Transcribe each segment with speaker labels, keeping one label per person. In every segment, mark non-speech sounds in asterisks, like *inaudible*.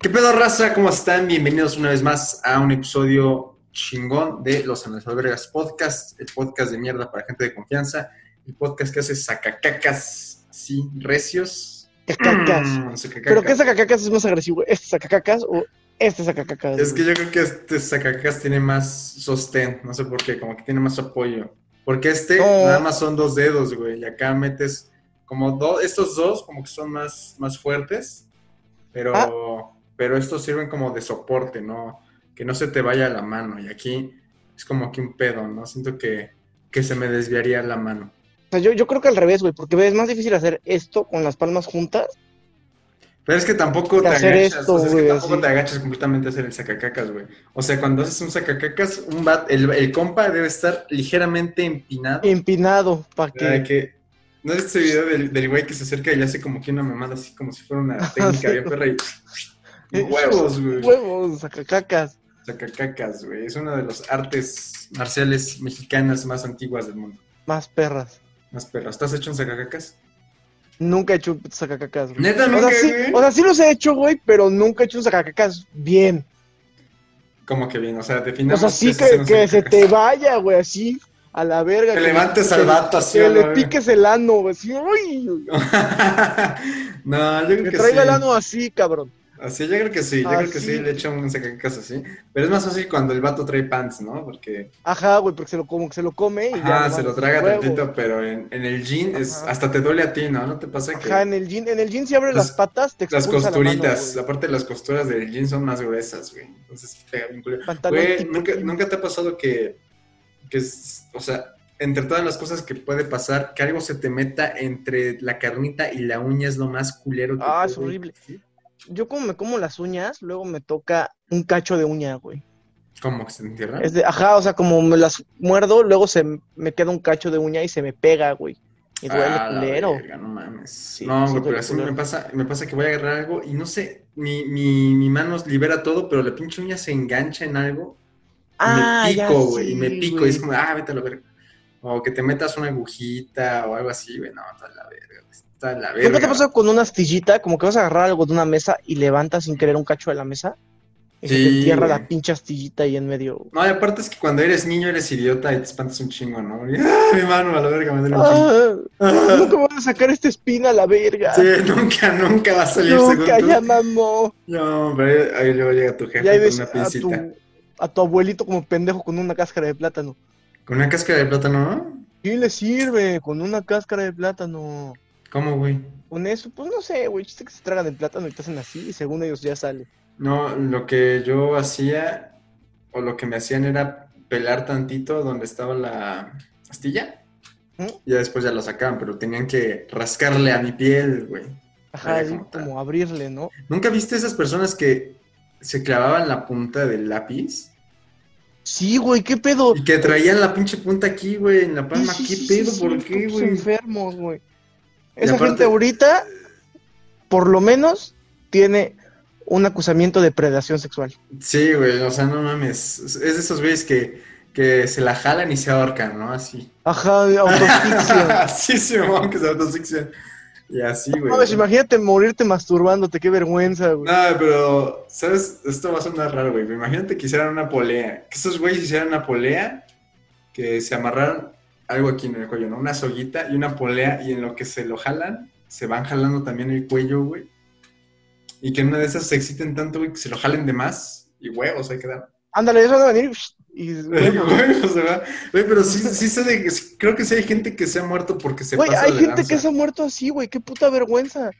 Speaker 1: ¿Qué pedo, raza? ¿Cómo están? Bienvenidos una vez más a un episodio chingón de Los Albergas Podcast, el podcast de mierda para gente de confianza, el podcast que hace sacacacas así recios.
Speaker 2: Cacacas.
Speaker 1: Mm, sacacacas.
Speaker 2: ¿Pero qué sacacacas es más agresivo? ¿Este sacacacas o este sacacacas?
Speaker 1: Es que yo creo que este sacacacas tiene más sostén, no sé por qué, como que tiene más apoyo. Porque este
Speaker 2: No.
Speaker 1: nada más son dos dedos, güey, y acá metes como dos, estos dos como que son más, más fuertes, pero, pero estos sirven como de soporte, ¿no? Que no se te vaya la mano, y aquí es como que un pedo, ¿no? Siento que, que se me desviaría la mano.
Speaker 2: O sea, yo, yo creo que al revés, güey, porque es más difícil hacer esto con las palmas juntas.
Speaker 1: Pero es que tampoco te
Speaker 2: hacer
Speaker 1: agachas,
Speaker 2: esto,
Speaker 1: o sea, es
Speaker 2: güey,
Speaker 1: que tampoco
Speaker 2: así.
Speaker 1: te agachas completamente a hacer el sacacacas, güey. O sea, cuando haces un sacacacas, un bat, el, el compa debe estar ligeramente empinado.
Speaker 2: Em, Empinado, para
Speaker 1: O sea, de
Speaker 2: que.
Speaker 1: que- ¿No es este video del, del güey que se acerca y le hace como que una mamada así, como si fuera
Speaker 2: *laughs*
Speaker 1: una técnica bien perra y... y Huevos, güey.
Speaker 2: Huevos, sacacacas.
Speaker 1: Sacacacas, güey. Es una de las artes marciales mexicanas más antiguas del mundo.
Speaker 2: Más perras.
Speaker 1: Más perra. ¿Estás hecho un sacacacas?
Speaker 2: Nunca he hecho un sacacacas, güey.
Speaker 1: Neta,
Speaker 2: O
Speaker 1: nunca,
Speaker 2: sea, sí,
Speaker 1: güey.
Speaker 2: o sea, sí los he hecho, güey, pero nunca he hecho un sacacacas bien.
Speaker 1: Como que bien, o sea,
Speaker 2: O
Speaker 1: definamos.
Speaker 2: sea, sí
Speaker 1: qué es hacer
Speaker 2: que,
Speaker 1: un
Speaker 2: que se
Speaker 1: sacacacas.
Speaker 2: te vaya, güey, así, a la verga.
Speaker 1: Que
Speaker 2: que-
Speaker 1: levantes
Speaker 2: que-
Speaker 1: al vato así,
Speaker 2: Que
Speaker 1: a la
Speaker 2: le
Speaker 1: verga.
Speaker 2: piques el ano, güey, así, uy.
Speaker 1: *laughs* no, yo creo
Speaker 2: Que
Speaker 1: que
Speaker 2: traiga
Speaker 1: sí.
Speaker 2: el ano así, cabrón.
Speaker 1: Así, yo creo que sí, yo creo que sí,
Speaker 2: Así.
Speaker 1: le echa un sacacacas así. Pero es más fácil cuando el vato trae pants, ¿no? Porque
Speaker 2: Ajá, güey, porque se lo, como que se lo come y ya.
Speaker 1: Ajá,
Speaker 2: no
Speaker 1: se lo
Speaker 2: mames,
Speaker 1: traga
Speaker 2: huevo.
Speaker 1: tantito, pero en, en el jean es,
Speaker 2: Ajá.
Speaker 1: hasta te duele a ti, ¿no? ¿No te pasa que
Speaker 2: Ajá, en el jean, en el jean si abre
Speaker 1: Las-
Speaker 2: las, patas, te
Speaker 1: las
Speaker 2: expulsa
Speaker 1: costuritas,
Speaker 2: la mano,
Speaker 1: aparte las costuras del jean son más gruesas, güey? Entonces sí pega bien culero.
Speaker 2: güey. Pantalón
Speaker 1: Güey,
Speaker 2: tipo-
Speaker 1: ¿nunca, nunca te ha pasado que, que es- o sea, entre todas las cosas que puede pasar, que algo se te meta entre la carnita y la uña es lo más culero que
Speaker 2: Ah,
Speaker 1: puede
Speaker 2: es horrible.
Speaker 1: existir?
Speaker 2: Yo como me como las uñas, luego me toca un cacho de uña, güey.
Speaker 1: ¿Cómo que se te entierra?
Speaker 2: Es de, ajá, o sea, como me las muerdo, luego se m- me queda un cacho de uña y se me pega, güey. Y duele
Speaker 1: Ah, la
Speaker 2: culero.
Speaker 1: verga, no mames.
Speaker 2: Sí,
Speaker 1: no,
Speaker 2: sí
Speaker 1: güey, pero
Speaker 2: duele
Speaker 1: así
Speaker 2: culero.
Speaker 1: me pasa, me pasa que voy a agarrar algo y no sé, mi, mi, mi mano libera todo, pero la pinche uña se engancha en algo
Speaker 2: Ah,
Speaker 1: y me
Speaker 2: ya
Speaker 1: pico, güey, y
Speaker 2: sí,
Speaker 1: me pico y
Speaker 2: güey.
Speaker 1: es como, ah, vete a la verga. O que te metas una agujita o algo así, güey, no, está la verga, güey, está la verga.
Speaker 2: ¿Nunca te pasa con una astillita? Como que vas a agarrar algo de una mesa y levantas sin querer un cacho de la mesa. Y se
Speaker 1: Sí,
Speaker 2: te entierra
Speaker 1: güey.
Speaker 2: la pinche astillita ahí en medio.
Speaker 1: No, y aparte es que cuando eres niño eres idiota y te espantas un chingo, ¿no? Y, ah, mi mano, a la verga, me duele un chingo.
Speaker 2: Ah,
Speaker 1: Ah.
Speaker 2: nunca me van a sacar esta espina a la
Speaker 1: *laughs*
Speaker 2: verga.
Speaker 1: Sí, nunca, nunca va a salir según
Speaker 2: Nunca,
Speaker 1: tú.
Speaker 2: ya mamó.
Speaker 1: No, pero ahí, ahí luego llega tu jefe
Speaker 2: Y ahí
Speaker 1: con
Speaker 2: ves
Speaker 1: una
Speaker 2: a tu,
Speaker 1: pincita.
Speaker 2: a tu abuelito como pendejo con una cáscara de plátano.
Speaker 1: ¿Con una cáscara de plátano, no?
Speaker 2: ¿Qué le sirve con una cáscara de plátano?
Speaker 1: ¿Cómo, güey?
Speaker 2: Con eso, pues no sé, güey, chiste que se tragan el plátano y te hacen así y según ellos ya sale.
Speaker 1: No, lo que yo hacía o lo que me hacían era pelar tantito donde estaba la astilla.
Speaker 2: ¿Mm?
Speaker 1: Y ya después ya la sacaban, pero tenían que rascarle a mi piel, güey.
Speaker 2: Ajá,
Speaker 1: Vaya,
Speaker 2: así
Speaker 1: como
Speaker 2: como,
Speaker 1: tal.
Speaker 2: abrirle, ¿no?
Speaker 1: ¿Nunca viste esas personas que se clavaban la punta del lápiz?
Speaker 2: Sí, güey, ¿qué pedo?
Speaker 1: Y que traían la pinche punta aquí, güey, en la
Speaker 2: Sí,
Speaker 1: palma.
Speaker 2: sí,
Speaker 1: ¿Qué
Speaker 2: sí,
Speaker 1: pedo?
Speaker 2: sí,
Speaker 1: ¿Por
Speaker 2: sí,
Speaker 1: qué,
Speaker 2: putos
Speaker 1: güey?
Speaker 2: enfermos, güey. Esa
Speaker 1: aparte-
Speaker 2: gente ahorita, por lo menos, tiene un acusamiento de predación sexual.
Speaker 1: Sí, güey, o sea, no mames. Es de esos güeyes que, que se la jalan y se ahorcan, ¿no? Así.
Speaker 2: Ajá, de autoficción.
Speaker 1: *laughs* sí, sí, mamón, que se autosexuan. Y así, güey.
Speaker 2: Mames, imagínate morirte masturbándote, qué vergüenza, güey.
Speaker 1: No, pero, ¿sabes? Esto va a sonar raro, güey. pero Imagínate que hicieran una polea. Que esos güeyes hicieran una polea, que se amarraran algo aquí en el cuello, ¿no? Una soguita y una polea, y en lo que se lo jalan, se van jalando también el cuello, güey. Y que en una de esas se exciten tanto, güey, que se lo jalen de más, y huevos, hay que dar.
Speaker 2: Ándale, eso van a venir y...
Speaker 1: *laughs* Güey,
Speaker 2: Güey,
Speaker 1: o sea, va- güey, pero sí, sí sé de- creo que sí hay gente que se ha muerto porque se pasa
Speaker 2: hay
Speaker 1: de
Speaker 2: gente
Speaker 1: lanza.
Speaker 2: que se ha muerto así, güey, qué puta vergüenza.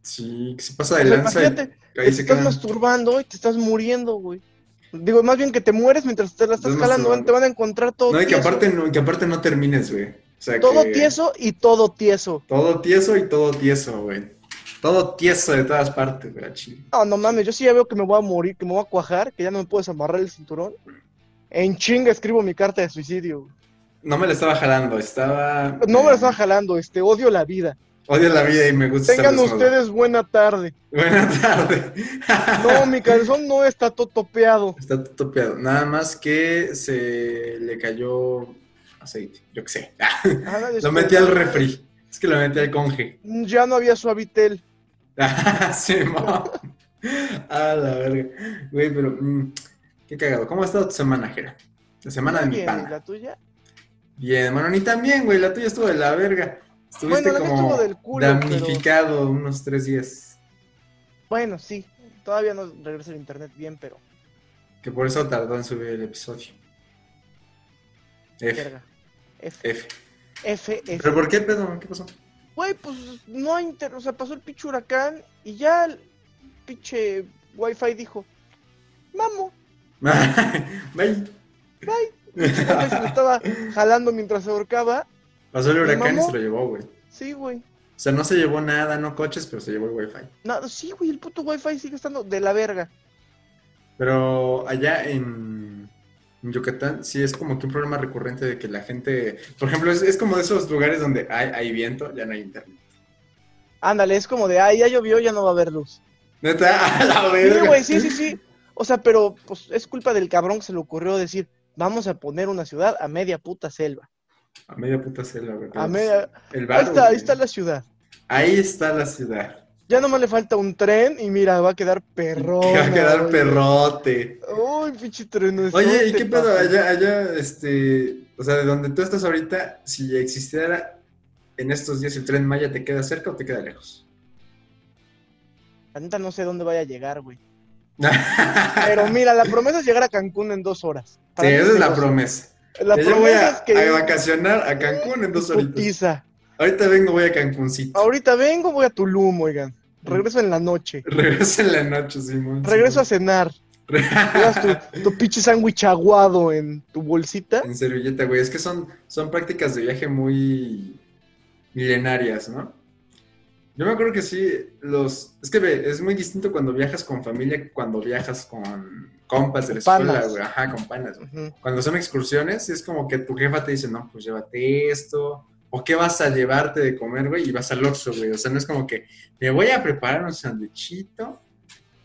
Speaker 1: Sí, que se pasa de
Speaker 2: O sea,
Speaker 1: lanza y
Speaker 2: imagínate,
Speaker 1: ahí
Speaker 2: te
Speaker 1: se
Speaker 2: estás
Speaker 1: quedan.
Speaker 2: masturbando y te estás muriendo, güey. Digo, más bien que te mueres mientras te la estás
Speaker 1: Estás
Speaker 2: jalando,
Speaker 1: masturbando.
Speaker 2: te van a encontrar todo
Speaker 1: No, y que
Speaker 2: tieso.
Speaker 1: aparte no, que aparte no termines, güey. O sea,
Speaker 2: Todo
Speaker 1: que-
Speaker 2: tieso y todo tieso.
Speaker 1: Todo tieso y todo tieso, güey. Todo tieso de todas partes, güey, a Chile.
Speaker 2: No, no mames, yo sí ya veo que me voy a morir, que me voy a cuajar, que ya no me puedes amarrar el cinturón. En chinga escribo mi carta de suicidio. güey.
Speaker 1: No me la estaba jalando, estaba...
Speaker 2: No
Speaker 1: eh, Pues
Speaker 2: me la están jalando, este, odio la vida.
Speaker 1: Odio la vida y me gusta estar
Speaker 2: Tengan
Speaker 1: desnudo.
Speaker 2: ustedes buena tarde.
Speaker 1: *laughs* Buena tarde.
Speaker 2: No, mi calzón no está totopeado.
Speaker 1: *laughs* Está topeado. Nada más que se le cayó aceite, yo qué sé. Ah,
Speaker 2: Ajá,
Speaker 1: Lo
Speaker 2: este,
Speaker 1: metí al refri. Es que lo metí al conge.
Speaker 2: Ya no había suavitel.
Speaker 1: *laughs* Sí, mo. A la verga. Güey, pero mm, qué cagado. ¿Cómo ha estado tu semana, Jera? La semana de mi
Speaker 2: Bien,
Speaker 1: pana.
Speaker 2: ¿La tuya?
Speaker 1: Bien, bueno, ni también, güey. La tuya estuvo de la verga. Estuviste
Speaker 2: Bueno, la mía
Speaker 1: como
Speaker 2: estuvo del culo,
Speaker 1: damnificado unos tres días.
Speaker 2: Bueno, sí. Todavía no regresa el internet bien, pero.
Speaker 1: Que por eso tardó en subir el episodio. F,
Speaker 2: Verga. F,
Speaker 1: F.
Speaker 2: F, F.
Speaker 1: ¿Pero por qué, pedo? ¿Qué pasó? *laughs*
Speaker 2: Güey, pues no hay inter... O sea, pasó el pinche huracán y ya el pinche Wi-Fi dijo: Mamo,
Speaker 1: Bye.
Speaker 2: bye. Entonces me estaba jalando mientras se ahorcaba.
Speaker 1: Pasó el huracán y
Speaker 2: mamó?
Speaker 1: se lo llevó, güey. O
Speaker 2: Sí, güey.
Speaker 1: sea, no se llevó nada, no coches, pero se llevó el wifi.
Speaker 2: No, sí, güey, el puto Wi-Fi sigue estando de la verga.
Speaker 1: Pero allá en, en Yucatán sí es como que un problema recurrente de que la gente, por ejemplo, es, es como de esos lugares donde hay, hay viento, ya no hay internet.
Speaker 2: Ándale, es como de, ay, ya llovió, ya no va a haber luz.
Speaker 1: Neta, *laughs* a la
Speaker 2: Sí,
Speaker 1: verga.
Speaker 2: güey, sí, sí, sí. O sea, pero pues es culpa del cabrón que se le ocurrió decir, vamos a poner una ciudad a media puta selva.
Speaker 1: A media puta selva, güey.
Speaker 2: A
Speaker 1: pero
Speaker 2: media...
Speaker 1: pues, El
Speaker 2: Ahí
Speaker 1: barro,
Speaker 2: está, ahí
Speaker 1: güey.
Speaker 2: está la ciudad.
Speaker 1: Ahí está la ciudad.
Speaker 2: Ya nomás le falta un tren y mira, va a quedar perrón.
Speaker 1: que *laughs* va a quedar
Speaker 2: güey. Pues
Speaker 1: perrote.
Speaker 2: Uy, pinche tren.
Speaker 1: Oye, ¿y qué pedo? Allá, allá, este, o sea, de donde tú estás ahorita, si existiera en estos días el tren Maya, ¿te queda cerca o te queda lejos? *laughs*
Speaker 2: La neta no sé dónde vaya a llegar, güey. Pero mira, la promesa es llegar a Cancún en dos horas.
Speaker 1: Sí,
Speaker 2: Para mí
Speaker 1: esa es la
Speaker 2: dos-
Speaker 1: promesa.
Speaker 2: La
Speaker 1: Yo voy a,
Speaker 2: promesa es que...
Speaker 1: a vacacionar a Cancún en dos horitas.
Speaker 2: Putiza.
Speaker 1: Ahorita vengo, voy a Cancuncito.
Speaker 2: Ahorita vengo, voy a Tulum, oigan. Regreso en la noche.
Speaker 1: Regreso en la noche, Simón. *laughs*
Speaker 2: Regreso a cenar. Llevas
Speaker 1: a...
Speaker 2: tu, tu pinche sándwich aguado en tu bolsita.
Speaker 1: en servilleta, güey. Es que son, son prácticas de viaje muy milenarias, ¿no? Yo me acuerdo que sí, los... Es que ve, es muy distinto cuando viajas con familia que cuando viajas con compas de la
Speaker 2: Panas.
Speaker 1: escuela, güey. Ajá, con panas, güey.
Speaker 2: Ujú.
Speaker 1: Cuando son excursiones, sí es como que tu jefa te dice, no, pues llévate esto. O qué vas a llevarte de comer, güey, y vas al Oxxo, güey. O sea, no es como que me voy a preparar un sandwichito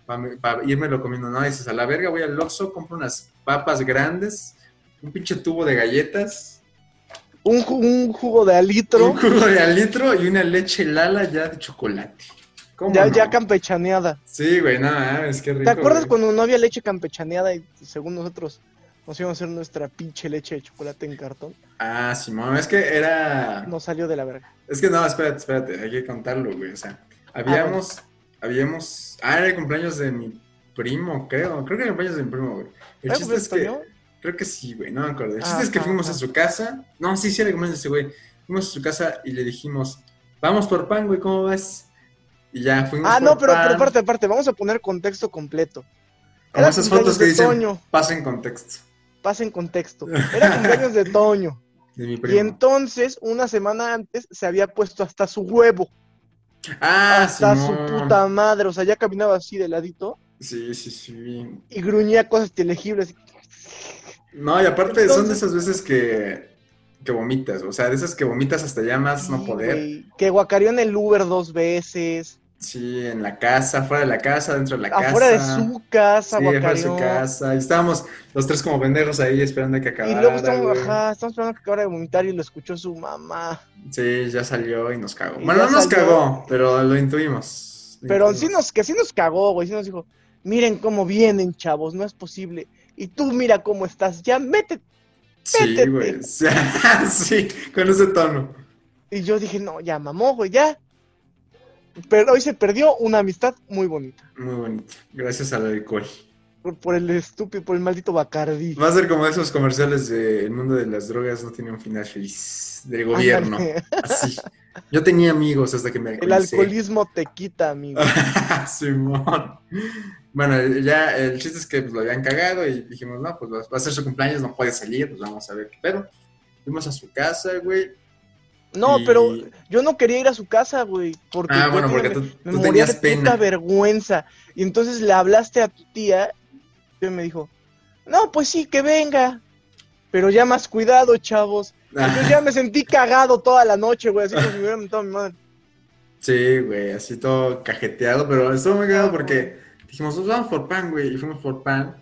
Speaker 1: para irmelo comiendo. No, dices, a la verga voy al Oxxo, compro unas papas grandes, un pinche tubo de galletas,
Speaker 2: Un, ju- un jugo de alitro,
Speaker 1: un jugo de al litro y una leche lala ya de chocolate. ¿Cómo
Speaker 2: ya,
Speaker 1: no?
Speaker 2: ya campechaneada.
Speaker 1: Sí, güey, no, ah, es que rico.
Speaker 2: ¿Te acuerdas
Speaker 1: güey.
Speaker 2: cuando no había leche campechaneada y según nosotros nos íbamos a hacer nuestra pinche leche de chocolate en cartón?
Speaker 1: Ah, Simón, es que era...
Speaker 2: Nos salió de la verga.
Speaker 1: Es que no, espérate, espérate, hay que contarlo, güey. O sea, habíamos,
Speaker 2: Ah,
Speaker 1: habíamos. Ah, era el cumpleaños de mi primo, creo. Creo que era el cumpleaños de mi primo, güey. El
Speaker 2: ¿Era
Speaker 1: chiste es que.
Speaker 2: cumpleaños español?
Speaker 1: Creo que sí, güey, no me acuerdo. El chiste es que
Speaker 2: Ajá,
Speaker 1: fuimos a
Speaker 2: ajá.
Speaker 1: su casa. No, sí, sí, era el cumpleaños de ese güey. Fuimos a su casa y le dijimos, vamos por pan, güey, ¿cómo vas? Y ya fuimos
Speaker 2: Ah,
Speaker 1: por
Speaker 2: no, pero,
Speaker 1: pan.
Speaker 2: pero aparte, aparte, vamos a poner contexto completo.
Speaker 1: Como
Speaker 2: Era
Speaker 1: esas fotos
Speaker 2: cumpleaños
Speaker 1: que
Speaker 2: de
Speaker 1: dicen,
Speaker 2: Toño.
Speaker 1: pasen contexto.
Speaker 2: Pasa en contexto. Era cumpleaños de Toño.
Speaker 1: De mi *laughs* primo.
Speaker 2: Y entonces, una semana antes, se había puesto hasta su huevo.
Speaker 1: ah,
Speaker 2: hasta su
Speaker 1: Simón.
Speaker 2: puta madre. O sea, ya caminaba así de ladito
Speaker 1: Sí, sí, sí.
Speaker 2: y gruñía cosas telegibles.
Speaker 1: No, y aparte son de
Speaker 2: Entonces-
Speaker 1: esas veces que, que vomitas, o sea, de esas que vomitas hasta ya más no
Speaker 2: Sí,
Speaker 1: poder.
Speaker 2: güey, Que guacareó en el Uber dos veces.
Speaker 1: Sí, en la casa, fuera de la casa, dentro de la
Speaker 2: afuera
Speaker 1: casa.
Speaker 2: de su casa,
Speaker 1: Sí, afuera de su
Speaker 2: guacareó.
Speaker 1: casa. Y estábamos los tres como pendejos ahí esperando a que
Speaker 2: Y
Speaker 1: acabara.
Speaker 2: luego estamos,
Speaker 1: güey.
Speaker 2: ajá, estamos esperando que acabara de vomitar y lo escuchó su mamá.
Speaker 1: Sí, ya salió y nos cagó.
Speaker 2: Y
Speaker 1: bueno,
Speaker 2: ya
Speaker 1: no nos
Speaker 2: salió.
Speaker 1: cagó, pero lo intuimos. Lo
Speaker 2: Pero
Speaker 1: intuimos.
Speaker 2: sí nos, que sí nos cagó, güey. Sí nos dijo, miren cómo vienen, chavos, no es posible. Y tú mira cómo estás, ya métete.
Speaker 1: Sí,
Speaker 2: Métete.
Speaker 1: güey. Sí, *laughs* sí, con ese tono.
Speaker 2: Y yo dije, no, ya mamó, güey, ya. Pero hoy se perdió una amistad muy bonita.
Speaker 1: Muy bonito. Gracias al alcohol.
Speaker 2: Por, por el estúpido, por el maldito Bacardi.
Speaker 1: Va a ser como esos comerciales de El mundo de las drogas no tiene un final feliz. Del gobierno.
Speaker 2: Ándale. *laughs*
Speaker 1: Así. Yo tenía amigos hasta que me
Speaker 2: El
Speaker 1: alcoholicé.
Speaker 2: alcoholismo te quita, amigo.
Speaker 1: *laughs* Simón. Bueno, ya el chiste es que pues, lo habían cagado y dijimos, no, pues va a ser su cumpleaños, no puede salir, pues vamos a ver qué pedo. Fuimos a su casa, güey.
Speaker 2: No,
Speaker 1: y-
Speaker 2: pero yo no quería ir a su casa, güey. Porque
Speaker 1: Ah,
Speaker 2: yo
Speaker 1: bueno,
Speaker 2: tenía-
Speaker 1: porque tú,
Speaker 2: me
Speaker 1: tú
Speaker 2: moría
Speaker 1: tenías
Speaker 2: de puta
Speaker 1: pena. *laughs*
Speaker 2: vergüenza. Y entonces le hablaste a tu tía y me dijo, no, pues sí, que venga. Pero ya más cuidado, chavos. Yo
Speaker 1: Ah,
Speaker 2: ya me sentí cagado toda la noche, güey, así como si me hubieran mentado a mi madre.
Speaker 1: Sí, güey, así todo cajeteado, pero estuvo muy cagado porque dijimos, pues vamos por pan, güey, y fuimos por pan.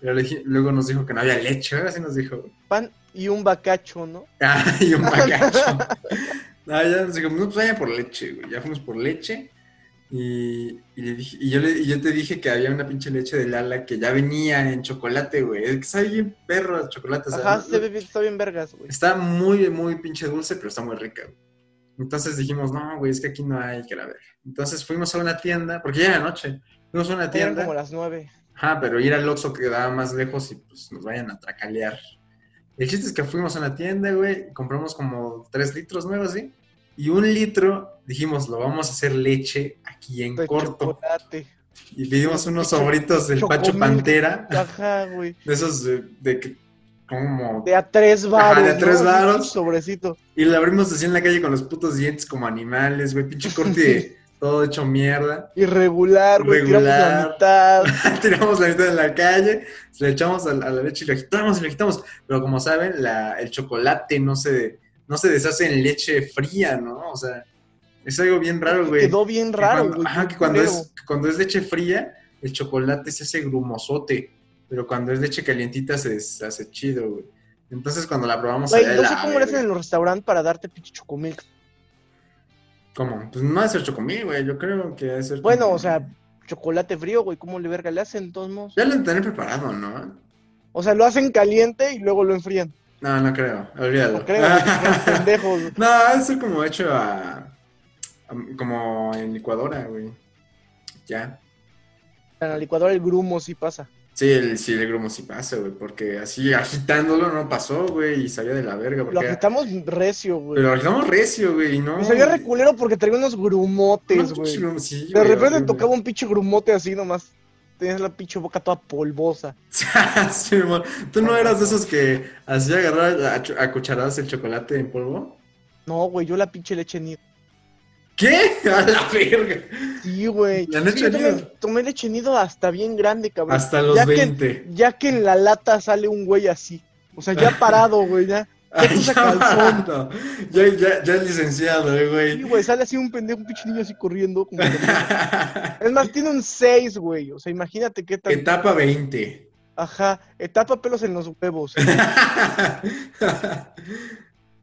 Speaker 1: Pero le dije- luego nos dijo que no había leche, ahora sí nos dijo.
Speaker 2: Pan y un bacacho, ¿no?
Speaker 1: *laughs* Ah,
Speaker 2: *laughs*
Speaker 1: y un bacacho. no, ya nos dijimos, no, pues vayan por leche, güey. Ya fuimos por leche. Y, y le dije- y yo le- y yo te dije que había una pinche leche de Lala que ya venía en chocolate, güey. Es que sabe bien perro el chocolate. o sea,
Speaker 2: Ajá,
Speaker 1: no-
Speaker 2: se ve bien- está bien vergas, güey.
Speaker 1: Está muy, muy pinche dulce, pero está muy rica, güey. Entonces dijimos, no, güey, es que aquí no hay que la verga. Entonces fuimos a una tienda, porque ya era noche. Fuimos a una
Speaker 2: Eran como
Speaker 1: tienda.
Speaker 2: las nueve.
Speaker 1: Ajá, pero ir al Oxxo quedaba más lejos y pues nos vayan a tracalear. El chiste es que fuimos a una tienda, güey, compramos como tres litros nuevos, ¿sí? Y un litro, dijimos, lo vamos a hacer leche aquí en
Speaker 2: De
Speaker 1: corto.
Speaker 2: chocolate.
Speaker 1: Y pedimos unos
Speaker 2: Cho-
Speaker 1: sobritos del Pacho
Speaker 2: Chocomilk.
Speaker 1: Pantera,
Speaker 2: Ajá, güey.
Speaker 1: de esos de, de que, como
Speaker 2: De a tres varos.
Speaker 1: Ajá, de a tres
Speaker 2: ¿no?
Speaker 1: varos.
Speaker 2: Un Sobrecito.
Speaker 1: Y la abrimos así en la calle con los putos dientes como animales, güey. Pinche
Speaker 2: *laughs*
Speaker 1: corte todo hecho mierda.
Speaker 2: Irregular, güey. Tiramos la
Speaker 1: Irregular.
Speaker 2: mitad.
Speaker 1: *laughs* Tiramos la mitad en la calle, se la echamos a la, a la leche y la quitamos y la quitamos. Pero como saben, la- el chocolate no se, no se deshace en leche fría, ¿no? O sea, es algo bien raro, güey.
Speaker 2: Quedó bien
Speaker 1: Que
Speaker 2: raro,
Speaker 1: cuando-
Speaker 2: güey.
Speaker 1: Ajá,
Speaker 2: qué
Speaker 1: que cuando
Speaker 2: culero.
Speaker 1: es, que cuando es leche fría, el chocolate se hace grumosote. Pero cuando es leche calientita se hace chido, güey. Entonces cuando la probamos...
Speaker 2: Güey,
Speaker 1: allá,
Speaker 2: no
Speaker 1: la
Speaker 2: sé cómo le hacen
Speaker 1: verga.
Speaker 2: en los restaurantes para darte pinche chocomilk.
Speaker 1: ¿Cómo? Pues no ha de ser chocomil, güey. Yo creo que ha de ser.
Speaker 2: Bueno,
Speaker 1: como-
Speaker 2: o sea, chocolate frío, güey. ¿Cómo le verga le hacen, de todos modos?
Speaker 1: Ya lo tener preparado, ¿no?
Speaker 2: O sea, lo hacen caliente y luego lo enfrían.
Speaker 1: No, no creo. Olvídalo.
Speaker 2: No creo,
Speaker 1: *laughs*
Speaker 2: güey, son pendejos. güey.
Speaker 1: no, ha de ser como hecho a. a- como en licuadora, güey. Ya.
Speaker 2: En la licuadora el grumo sí pasa.
Speaker 1: Sí, el, sí, el grumo sí pasa, güey. Porque así agitándolo no pasó, güey. Y salió de la verga.
Speaker 2: Lo
Speaker 1: Porque...
Speaker 2: agitamos recio,
Speaker 1: Pero
Speaker 2: güey.
Speaker 1: lo agitamos recio, güey. Y no.
Speaker 2: Y salió reculero porque traía unos grumotes,
Speaker 1: No,
Speaker 2: güey.
Speaker 1: pinche grumo, sí,
Speaker 2: De
Speaker 1: güey,
Speaker 2: repente
Speaker 1: horrible.
Speaker 2: tocaba un pinche grumote así nomás. Tenías la pinche boca toda polvosa.
Speaker 1: *laughs* Sí, mon. ¿Tú no eras de esos que así agarrar a, a cucharadas el chocolate en polvo?
Speaker 2: No, güey, yo la pinche leche nido.
Speaker 1: ¿Qué? *laughs* A la verga.
Speaker 2: Sí, güey.
Speaker 1: La
Speaker 2: Sí,
Speaker 1: leche
Speaker 2: yo tomé-
Speaker 1: nido.
Speaker 2: Tomé leche nido hasta bien grande, cabrón.
Speaker 1: Hasta los
Speaker 2: Ya que-
Speaker 1: 20.
Speaker 2: Ya que en la lata sale un güey así. O sea, ya parado, güey, ya.
Speaker 1: *laughs* Ay,
Speaker 2: puso
Speaker 1: ya,
Speaker 2: calzón.
Speaker 1: barato. ya, ya, ya es licenciado, eh,
Speaker 2: Sí,
Speaker 1: güey.
Speaker 2: güey, sale así un pendejo, un pinche niño así corriendo. como que-
Speaker 1: *laughs*
Speaker 2: Es más, tiene un 6, güey. O sea, imagínate qué tal.
Speaker 1: Etapa 20.
Speaker 2: Ajá, etapa pelos en los huevos.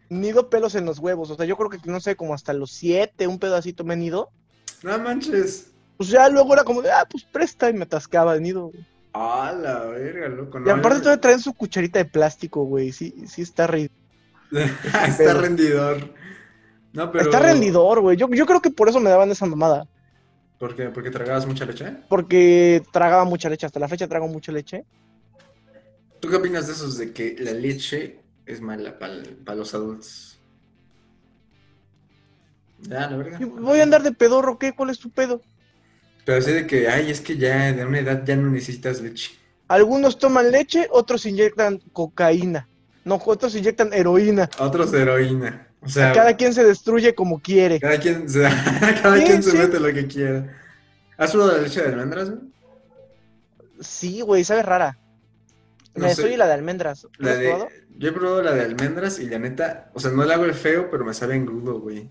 Speaker 2: Nido pelos en los huevos. O sea, yo creo que, no sé, como hasta los 7, un pedacito me nido.
Speaker 1: *laughs* no manches.
Speaker 2: Pues ya luego era como de, ah, pues presta y me atascaba el nido. güey.
Speaker 1: A la verga, loco.
Speaker 2: Y
Speaker 1: no,
Speaker 2: aparte
Speaker 1: yo-
Speaker 2: todavía traen su cucharita de plástico, güey. Sí, sí está re-
Speaker 1: *laughs* Está rendidor. No, pero...
Speaker 2: Está rendidor, güey. Yo, yo creo que por eso me daban esa mamada.
Speaker 1: ¿Por qué? ¿Porque tragabas mucha leche?
Speaker 2: Porque tragaba mucha leche. Hasta la fecha trago mucha leche.
Speaker 1: ¿Tú qué opinas de esos de que la leche es mala para los adultos? Ya, la verga.
Speaker 2: Y Voy a andar de pedorro, ¿qué? ¿Cuál es tu pedo?
Speaker 1: Pero así de que, ay, es que ya de una edad ya no necesitas leche.
Speaker 2: Algunos toman leche, otros inyectan cocaína. No, otros inyectan heroína.
Speaker 1: Otros heroína. O sea,
Speaker 2: Cada quien se destruye como quiere.
Speaker 1: Cada quien, se, *laughs* cada
Speaker 2: Sí,
Speaker 1: quien se
Speaker 2: sí.
Speaker 1: mete lo que quiera. ¿Has probado la leche de almendras? güey?
Speaker 2: Sí, güey, sabe rara.
Speaker 1: No
Speaker 2: la de
Speaker 1: sé.
Speaker 2: soya y la de almendras. ¿Lo
Speaker 1: La
Speaker 2: has probado?
Speaker 1: de, yo he probado la de almendras y la neta, o sea, no le hago el feo, pero me sabe engrudo, güey.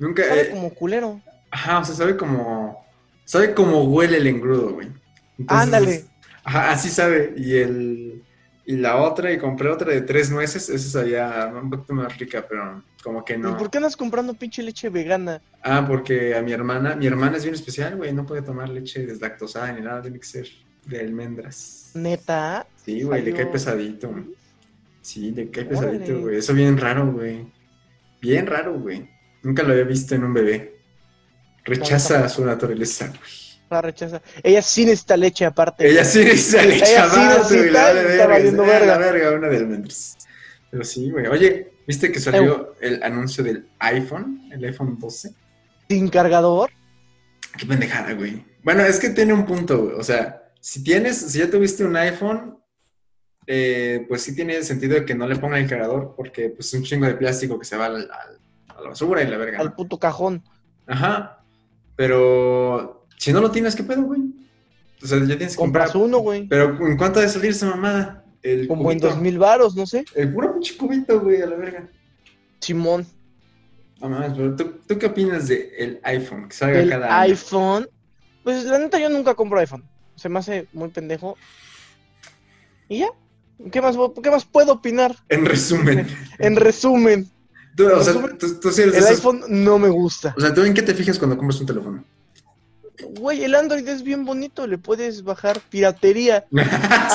Speaker 1: Nunca.
Speaker 2: Sabe
Speaker 1: eh,
Speaker 2: como culero.
Speaker 1: Ajá, o sea, sabe como. Sabe como huele el engrudo, güey. Entonces,
Speaker 2: Ándale.
Speaker 1: Ajá, así sabe. Y el. Y la otra, y compré otra de tres nueces, esa sabía un poquito más rica, pero como que
Speaker 2: ¿Y
Speaker 1: no.
Speaker 2: por qué andas comprando pinche leche vegana?
Speaker 1: Ah, porque a mi hermana, mi hermana es bien especial, güey, no puede tomar leche deslactosada ni nada, tiene que ser de almendras.
Speaker 2: Neta.
Speaker 1: Sí, güey, le cae
Speaker 2: Salió.
Speaker 1: pesadito. Sí, le cae
Speaker 2: Órale.
Speaker 1: pesadito, güey. Eso bien raro, güey. Bien raro, güey. Nunca lo había visto en un bebé. Rechaza su naturaleza, güey.
Speaker 2: La rechaza. Ella sí necesita leche aparte.
Speaker 1: Ella sí necesita leche
Speaker 2: Ella sí
Speaker 1: aparte, güey.
Speaker 2: necesita
Speaker 1: la vale
Speaker 2: y
Speaker 1: verga, "Ah,
Speaker 2: está valiendo
Speaker 1: la
Speaker 2: verga.
Speaker 1: verga, una de almendras. Pero sí, güey. Oye, ¿viste que salió el anuncio del iPhone? El iPhone 12.
Speaker 2: Sin cargador.
Speaker 1: Qué pendejada, güey. Bueno, es que tiene un punto, güey. O sea, si tienes, si ya tuviste un iPhone, eh, pues sí tiene sentido que no le pongan el cargador, porque pues es un chingo de plástico que se va al- al- a la basura y la verga.
Speaker 2: Al
Speaker 1: ¿no?
Speaker 2: puto cajón.
Speaker 1: Ajá. Pero si no lo tienes, ¿qué pedo, güey? O sea, ya tienes que
Speaker 2: Compras
Speaker 1: comprar.
Speaker 2: uno, güey.
Speaker 1: Pero ¿en cuánto ha de salir esa mamada? El
Speaker 2: Como en
Speaker 1: cubito.
Speaker 2: dos mil varos, no sé.
Speaker 1: El puro pinche cubito, güey, a la verga.
Speaker 2: Simón.
Speaker 1: No mames, pero ¿tú, tú qué opinas del iPhone que salga
Speaker 2: El
Speaker 1: cada año?
Speaker 2: iPhone. Pues la neta yo nunca compro iPhone. Se me hace muy pendejo. Y ya. ¿Qué más, vo- qué más puedo opinar?
Speaker 1: En resumen.
Speaker 2: En resumen,
Speaker 1: Tú, o
Speaker 2: En
Speaker 1: sea,
Speaker 2: resumen,
Speaker 1: tú, tú sí eres de
Speaker 2: el
Speaker 1: esos-
Speaker 2: iPhone no me gusta. *laughs*
Speaker 1: O sea, ¿tú en qué te fijas cuando compras un teléfono?
Speaker 2: Güey, el Android es bien bonito, le puedes bajar piratería.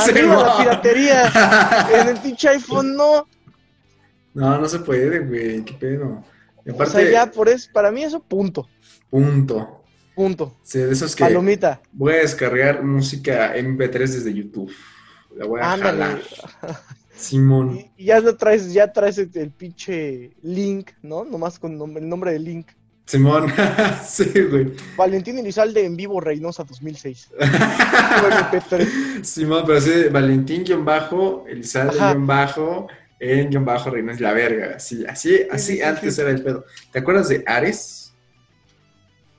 Speaker 2: Arriba la piratería. En el pinche iPhone no.
Speaker 1: *laughs* No, no se puede, güey, qué pedo. Y
Speaker 2: O sea,
Speaker 1: aparte,
Speaker 2: ya por eso, para mí eso, punto.
Speaker 1: punto.
Speaker 2: Punto.
Speaker 1: Sí, de esos que
Speaker 2: Palomita.
Speaker 1: voy a descargar música MP3 desde YouTube. La voy a
Speaker 2: Ándale.
Speaker 1: jalar. Simón.
Speaker 2: Y, y ya lo traes, ya traes el, el pinche Link, ¿no? Nomás con nom- el nombre de Link.
Speaker 1: Simón. *laughs* sí, güey.
Speaker 2: Valentín Elizalde en vivo Reynosa 2006. Bueno, pues. Petre.
Speaker 1: *laughs* Simón, pero sí, Valentín guión bajo, Elizalde
Speaker 2: Ajá.
Speaker 1: guión bajo, en guión bajo Reino es la verga. Así, así, así
Speaker 2: sí,
Speaker 1: antes
Speaker 2: sí.
Speaker 1: era el pedo. ¿Te acuerdas de Ares?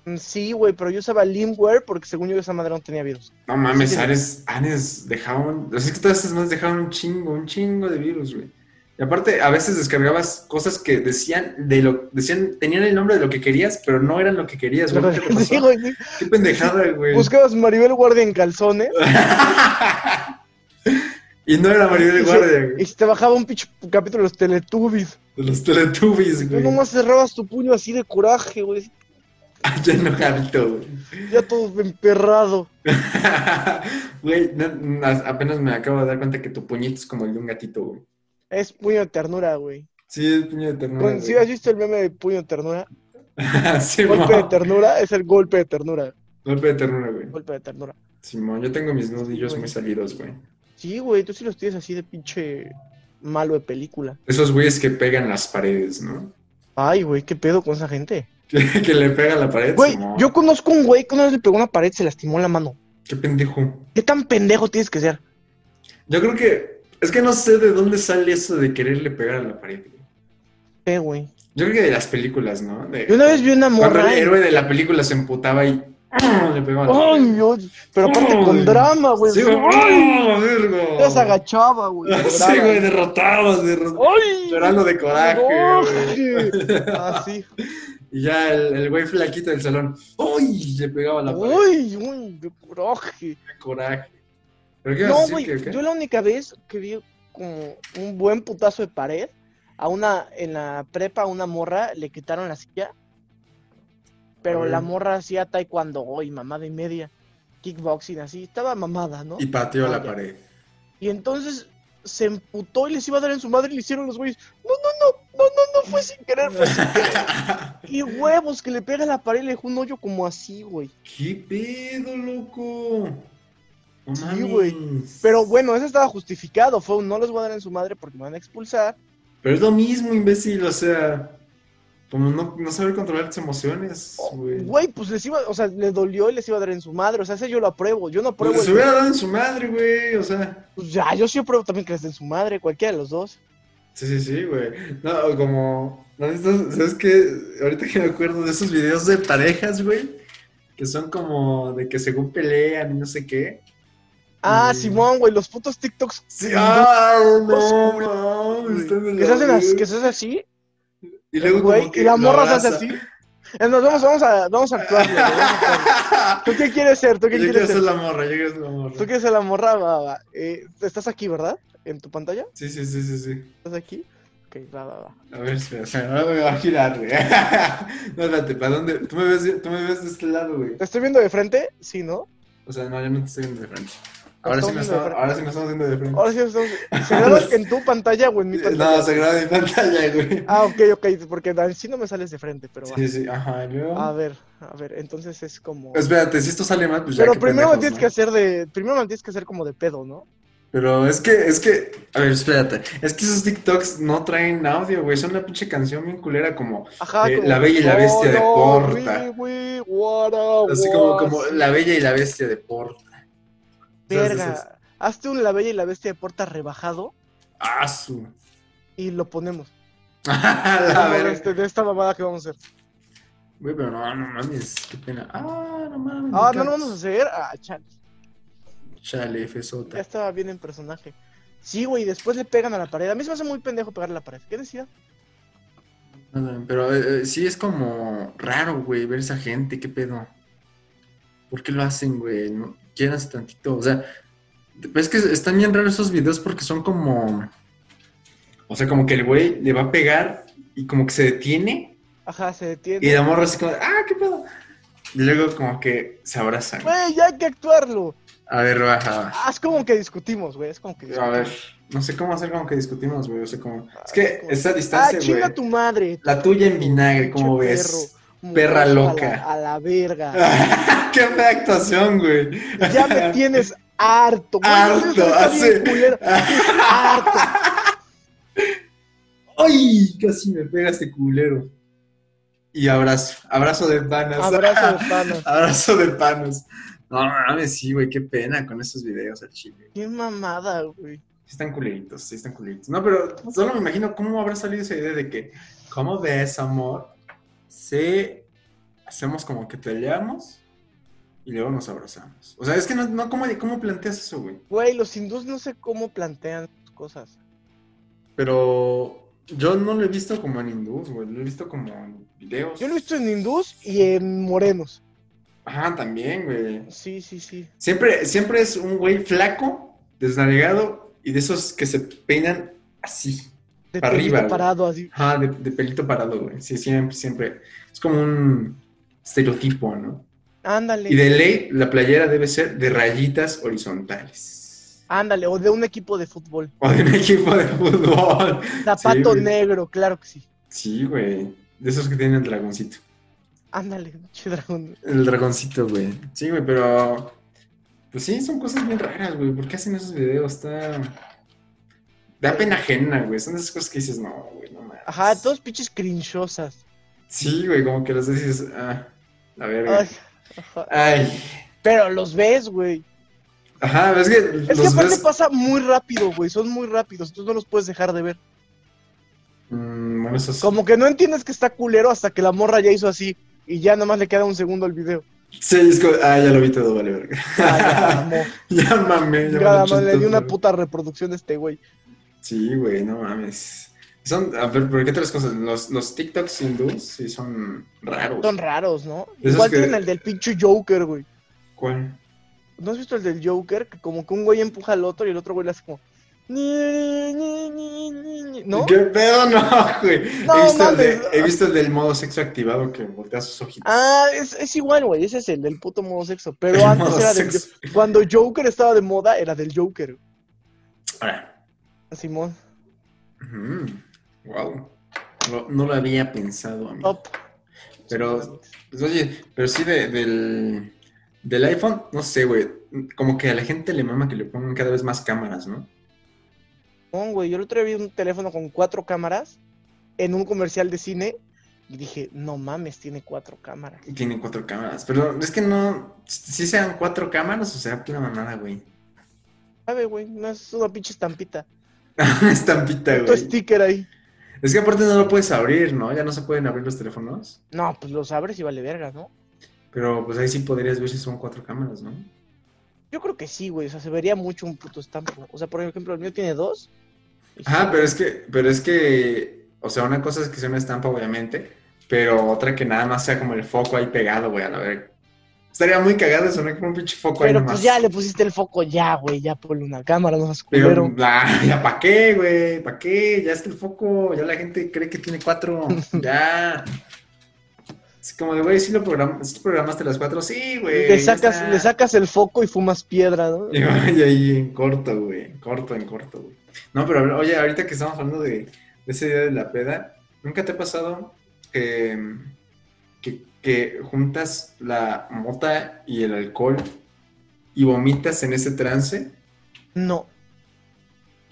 Speaker 2: Mm, *laughs* sí, güey, pero yo usaba Limware porque según yo esa madre no tenía virus.
Speaker 1: No mames,
Speaker 2: Sí.
Speaker 1: Ares, Ares dejaban, es que todas estas más dejaban un chingo, un chingo de virus, güey. Y aparte, a veces descargabas cosas que decían de lo, decían, tenían el nombre de lo que querías, pero no eran lo que querías, güey. ¿Qué te pasó?
Speaker 2: *laughs* Sí, güey, sí.
Speaker 1: Qué pendejada, güey.
Speaker 2: Buscabas Maribel Guardia en calzones.
Speaker 1: *laughs* y no era Maribel
Speaker 2: y se-
Speaker 1: Guardia, güey.
Speaker 2: Y se te bajaba un pinche capítulo de los Teletubbies.
Speaker 1: De los Teletubbies,
Speaker 2: Tú
Speaker 1: güey.
Speaker 2: nomás cerrabas tu puño así de coraje, güey.
Speaker 1: Ya enojadito, güey. *laughs*
Speaker 2: Ya todo emperrado.
Speaker 1: Güey, no- no, apenas me acabo de dar cuenta que tu puñito es como el de un gatito, güey.
Speaker 2: Es puño de ternura, güey.
Speaker 1: Sí, es puño de ternura.
Speaker 2: Bueno,
Speaker 1: güey.
Speaker 2: ¿Sí has visto el meme de puño de ternura?
Speaker 1: *laughs* Simón.
Speaker 2: Golpe de ternura es el golpe de ternura.
Speaker 1: Golpe de ternura, güey.
Speaker 2: Golpe de ternura.
Speaker 1: Simón, yo tengo mis nudillos
Speaker 2: güey.
Speaker 1: muy salidos, güey.
Speaker 2: Sí, güey, tú sí los tienes así de pinche malo de película.
Speaker 1: Esos güeyes que pegan las paredes, ¿no? *laughs*
Speaker 2: Ay, güey, qué pedo con esa gente.
Speaker 1: Que, que le pega a la pared.
Speaker 2: Güey,
Speaker 1: Simón.
Speaker 2: yo conozco un güey que una vez le pegó una pared y se lastimó la mano.
Speaker 1: Qué pendejo.
Speaker 2: ¿Qué tan pendejo tienes que ser?
Speaker 1: Yo creo que. Es que no sé de dónde sale eso de quererle pegar a la pared, güey.
Speaker 2: Eh, güey.
Speaker 1: Yo creo que de las películas, ¿no? De-
Speaker 2: Yo una vez vi una
Speaker 1: Cuando
Speaker 2: morra.
Speaker 1: el
Speaker 2: y-
Speaker 1: héroe de la película se emputaba y. le pegaba a la pared.
Speaker 2: Ay, Dios. Pero aparte
Speaker 1: Ay.
Speaker 2: con drama, güey.
Speaker 1: Sí,
Speaker 2: Así,
Speaker 1: güey.
Speaker 2: ¡ay!
Speaker 1: ¡Ah, vergo!
Speaker 2: Ya se agachaba, güey. lloraba.
Speaker 1: Sí, güey, derrotados, derrotados.
Speaker 2: ¡Ay!
Speaker 1: Llorando de coraje. güey.
Speaker 2: coraje. Así.
Speaker 1: Y ya el el güey flaquito del salón. ¡Uy! Le pegaba la pared
Speaker 2: ¡Uy, uy! ¡Qué coraje!
Speaker 1: de coraje. ¿Pero qué ibas a
Speaker 2: No,
Speaker 1: decir?
Speaker 2: güey,
Speaker 1: ¿Qué- qué?
Speaker 2: yo la única vez que vi como un buen putazo de pared, a una, en la prepa, a una morra le quitaron la silla, pero
Speaker 1: Ay.
Speaker 2: la morra hacía taekwondo y mamada y media, kickboxing, así, estaba mamada, ¿no?
Speaker 1: Y pateó la
Speaker 2: Ah, ya.
Speaker 1: pared.
Speaker 2: Y entonces se emputó y les iba a dar en su madre y le hicieron los güeyes, no, no, no, no, no, no, fue sin querer, fue sin
Speaker 1: *laughs*
Speaker 2: querer. Y huevos, que le pega a la pared y le dejó un hoyo como así, güey.
Speaker 1: ¿Qué pedo, loco? No
Speaker 2: Sí,
Speaker 1: mames.
Speaker 2: güey, Pero bueno, eso estaba justificado, fue un no les voy a dar en su madre porque me van a expulsar.
Speaker 1: Pero es lo mismo, imbécil, o sea. Como no, no saber controlar tus emociones, güey.
Speaker 2: Güey, pues les iba, o sea, le dolió y les iba a dar en su madre. O sea, ese yo lo apruebo. Yo no
Speaker 1: Pues
Speaker 2: apruebo.
Speaker 1: se
Speaker 2: el-
Speaker 1: hubiera dado en su madre, güey, o sea.
Speaker 2: pues ya, yo sí apruebo también que les den su madre, cualquiera de los dos.
Speaker 1: Sí, sí, sí, güey. No, como. ¿No estás- ¿Sabes qué? Ahorita que me acuerdo de esos videos de parejas, güey. Que son como de que según pelean y no sé qué.
Speaker 2: Ah,
Speaker 1: Mm.
Speaker 2: Simón, güey, los putos TikToks
Speaker 1: Sí, ¡ah!
Speaker 2: Los
Speaker 1: No, mames, están de
Speaker 2: que
Speaker 1: la
Speaker 2: se hacen así,
Speaker 1: verga.
Speaker 2: que se hacen así,
Speaker 1: Y luego,
Speaker 2: güey,
Speaker 1: como que
Speaker 2: y la
Speaker 1: lo
Speaker 2: morra se hace
Speaker 1: abraza.
Speaker 2: así. Eh, Nos vamos, vamos a, vamos a actuar, güey, vamos a actuar. ¿Tú qué quieres ser? ¿Tú qué
Speaker 1: Yo quiero
Speaker 2: quieres
Speaker 1: ser
Speaker 2: ser?
Speaker 1: la morra, yo quiero ser la morra.
Speaker 2: ¿Tú quieres ser la morra? Va, va. Eh, estás aquí, ¿verdad? ¿En tu pantalla?
Speaker 1: Sí, sí, sí, sí, sí.
Speaker 2: ¿Estás aquí? Ok, va, va, va.
Speaker 1: A ver, espera, espera, ahora me va a girar, güey. *laughs* No, espérate, ¿para dónde? ¿Tú me, ves, de- tú me ves de este lado, güey.
Speaker 2: ¿Te estoy viendo de frente? Sí, ¿no?
Speaker 1: O sea, no, yo no te estoy viendo de frente. Ahora sí,
Speaker 2: estamos
Speaker 1: me
Speaker 2: Ah, viendo
Speaker 1: estamos,
Speaker 2: de frente.
Speaker 1: ahora sí me estamos viendo de frente.
Speaker 2: Ahora sí estamos. ¿Se graba en tu pantalla o en mi
Speaker 1: *laughs*
Speaker 2: pantalla?
Speaker 1: No, se graba mi pantalla, güey.
Speaker 2: Ah, ok, ok, porque así no me sales de frente, pero va.
Speaker 1: Sí, sí, ajá, y luego.
Speaker 2: A ver, a ver, entonces es como.
Speaker 1: Espérate, si esto sale mal, pues ya.
Speaker 2: Pero
Speaker 1: qué
Speaker 2: primero me
Speaker 1: pendejos,
Speaker 2: tienes
Speaker 1: ¿no?
Speaker 2: que hacer de. Primero me tienes que hacer como de pedo, ¿no?
Speaker 1: Pero es que, es que. A ver, espérate. Es que esos TikToks no traen audio, güey. Son una pinche canción bien culera, como.
Speaker 2: Ajá,
Speaker 1: Eh,
Speaker 2: como. "Oh,
Speaker 1: La Bella y la Bestia de
Speaker 2: "Hola,
Speaker 1: Porta".
Speaker 2: we, we, what a
Speaker 1: Así como,
Speaker 2: was".
Speaker 1: como La Bella y la Bestia de Porta. Entonces,
Speaker 2: Verga. Hazte un La Bella y la Bestia de Porta rebajado
Speaker 1: ¡Ah, su! *laughs*
Speaker 2: y lo ponemos.
Speaker 1: la
Speaker 2: Como de
Speaker 1: verga.
Speaker 2: este- de esta mamada que vamos a hacer.
Speaker 1: Güey, pero no, no mames. Qué pena. Ah, no mames.
Speaker 2: Ah,
Speaker 1: me
Speaker 2: no lo
Speaker 1: cagas.
Speaker 2: vamos a hacer. Ah, chale.
Speaker 1: Chale, F
Speaker 2: Ya estaba bien en personaje. Sí, güey, después le pegan a la pared. A mí se me hace muy pendejo pegarle a la pared. ¿Qué decía?
Speaker 1: Pero eh, eh, sí es como raro, güey, ver esa gente, qué pedo. ¿Por qué lo hacen, güey? No, quieras tantito, o sea, es que están bien raros esos videos porque son como, o sea, como que el güey le va a pegar y como que se detiene
Speaker 2: Ajá, se
Speaker 1: y
Speaker 2: detiene.
Speaker 1: la morra así como, ah, qué pedo. Y luego como que se abrazan.
Speaker 2: Güey, ya hay que actuarlo.
Speaker 1: A ver, baja, baja.
Speaker 2: Ah, es como que discutimos, güey. Es como que
Speaker 1: A
Speaker 2: discutimos.
Speaker 1: ver, no sé cómo hacer como que discutimos, güey. O sea, como...
Speaker 2: Ah,
Speaker 1: Es que
Speaker 2: como-
Speaker 1: esa
Speaker 2: Ah,
Speaker 1: distancia,
Speaker 2: chinga
Speaker 1: güey.
Speaker 2: tu madre.
Speaker 1: La tuya en vinagre, ¿cómo
Speaker 2: Pinche
Speaker 1: ves?
Speaker 2: perro.
Speaker 1: Perra
Speaker 2: Mujer,
Speaker 1: loca.
Speaker 2: A la, a la verga.
Speaker 1: Ah, ¡Qué fea actuación, güey!
Speaker 2: Ya
Speaker 1: *laughs*
Speaker 2: me tienes harto. güey.
Speaker 1: Harto,
Speaker 2: Eso está bien
Speaker 1: hace- *laughs*
Speaker 2: culero. Harto.
Speaker 1: ¡Ay! Casi me pega este culero. Y abrazo. Abrazo de panas.
Speaker 2: Abrazo de panas.
Speaker 1: Abrazo de panas. No, mames, sí, güey. Qué pena con esos videos al chile.
Speaker 2: Qué mamada, güey.
Speaker 1: Sí están culeritos, sí están culeritos. No, pero solo me imagino cómo habrá salido esa idea de que, ¿cómo ves, amor? Sí, hacemos como que peleamos y luego nos abrazamos. O sea, es que no, no ¿cómo, ¿cómo planteas eso, güey?
Speaker 2: Güey, los hindús no sé cómo plantean sus cosas.
Speaker 1: Pero yo no lo he visto como en hindús, güey. Lo he visto como en videos.
Speaker 2: Yo lo he visto en hindús y en morenos.
Speaker 1: Ajá, también, güey.
Speaker 2: Sí, sí, sí.
Speaker 1: Siempre, siempre es un güey flaco, desnavegado y de esos que se peinan así.
Speaker 2: De
Speaker 1: Para arriba,
Speaker 2: pelito
Speaker 1: güey.
Speaker 2: parado así.
Speaker 1: Ajá, de, de pelito parado, güey. Sí, siempre, siempre. Es como un estereotipo, ¿no?
Speaker 2: Ándale.
Speaker 1: Y de ley, la playera debe ser de rayitas horizontales.
Speaker 2: Ándale, o de un equipo de fútbol.
Speaker 1: O de un *laughs* equipo de fútbol.
Speaker 2: Zapato
Speaker 1: güey.
Speaker 2: negro, claro que sí.
Speaker 1: Sí, güey. De esos que tienen el dragoncito.
Speaker 2: Ándale, pinche dragón.
Speaker 1: El dragoncito, güey. Sí, güey, pero. Pues sí, son cosas bien raras, güey. ¿Por qué hacen esos videos? Está. Da pena ajena, güey. Son de esas cosas que dices, no, güey, no mames.
Speaker 2: Ajá, todos pinches crinchosas.
Speaker 1: Sí, güey, como que las dices, ah, la verga.
Speaker 2: Ay,
Speaker 1: Ay.
Speaker 2: ajá. Pero los ves, güey.
Speaker 1: Ajá, ves que
Speaker 2: Es que
Speaker 1: los
Speaker 2: aparte
Speaker 1: ves.
Speaker 2: pasa muy rápido, güey. Son muy rápidos. Tú no los puedes dejar de ver.
Speaker 1: Mm, bueno, eso es-
Speaker 2: Como que no entiendes que está culero hasta que la morra ya hizo así. Y ya nomás le queda un segundo el video.
Speaker 1: Sí, es como- Ah, ya lo vi todo, vale, verga.
Speaker 2: *laughs* Ah, ya, la amó.
Speaker 1: *laughs* ya mamé, ya
Speaker 2: Nada
Speaker 1: mamé
Speaker 2: más le dio una
Speaker 1: chistoso.
Speaker 2: puta reproducción a este güey.
Speaker 1: Sí, güey, no mames. Son, a ver, ¿por qué otras cosas? Los, los TikToks hindús sí son raros.
Speaker 2: Son raros, ¿no?
Speaker 1: Esos
Speaker 2: Igual
Speaker 1: que-
Speaker 2: tienen el del pinche Joker, güey.
Speaker 1: ¿Cuál?
Speaker 2: ¿No has visto el del Joker? Que como que un güey empuja al otro y el otro güey le hace como... "Ni, ni, ni, ni, ni", ¿No?
Speaker 1: ¿Qué pedo? No, güey.
Speaker 2: No,
Speaker 1: he, visto el de-
Speaker 2: mames.
Speaker 1: he visto el del modo sexo activado que voltea sus ojitos.
Speaker 2: Ah, es, es igual, güey. Ese es el del puto modo sexo. Pero
Speaker 1: El
Speaker 2: antes
Speaker 1: modo
Speaker 2: era del...
Speaker 1: sexo.
Speaker 2: Jo- Cuando Joker estaba de moda, era del Joker.
Speaker 1: Ahora.
Speaker 2: Simón,
Speaker 1: wow. No, no lo había pensado, amigo.
Speaker 2: top.
Speaker 1: Pero, pues, oye, pero sí de- del, del iPhone, no sé, güey. Como que a la gente le mama que le pongan cada vez más cámaras, ¿no?
Speaker 2: No, güey, yo el otro día vi un teléfono con cuatro cámaras en un comercial de cine y dije, no mames, tiene cuatro cámaras.
Speaker 1: Y Tienen cuatro cámaras. Pero es que no. Si sean cuatro cámaras o sea pura mamada, güey. *laughs*
Speaker 2: ¿Sabe, güey? No es una pinche estampita.
Speaker 1: Una Estampita,
Speaker 2: Tu
Speaker 1: güey.
Speaker 2: sticker ahí.
Speaker 1: Es que aparte no lo puedes abrir, ¿no? Ya no se pueden abrir los teléfonos.
Speaker 2: No, pues los abres y vale verga, ¿no?
Speaker 1: Pero pues ahí sí podrías ver si son cuatro cámaras, ¿no?
Speaker 2: Yo creo que sí, güey. O sea, se vería mucho un puto estampo. O sea, por ejemplo, el mío tiene dos. Y
Speaker 1: Ajá,
Speaker 2: sí,
Speaker 1: pero es que, pero es que, o sea, una cosa es que sea una estampa, obviamente, pero otra que nada más sea como el foco ahí pegado, güey, a la verga. Estaría muy cagado sonar como un pinche foco ahí
Speaker 2: Pero
Speaker 1: nomás.
Speaker 2: pues ya le pusiste el foco ya, güey. Ya ponle una cámara, no seas
Speaker 1: Pero,
Speaker 2: culero.
Speaker 1: *laughs* ah, ya pa' qué, güey, pa' qué, ya está el foco, ya la gente cree que tiene
Speaker 2: *laughs*
Speaker 1: cuatro, ya. Es como de, güey, sí lo programas, ¿sí programaste las cuatro, sí, güey.
Speaker 2: le,
Speaker 1: ya
Speaker 2: sacas,
Speaker 1: está.
Speaker 2: le sacas el foco y fumas piedra, ¿no?
Speaker 1: Y vaya ahí en corto, güey. En corto, en corto, güey. No, pero habla- oye, ahorita que estamos hablando de, de ese día de la peda, ¿nunca te ha pasado que, que, que juntas la mota y el alcohol y vomitas en ese trance?
Speaker 2: No.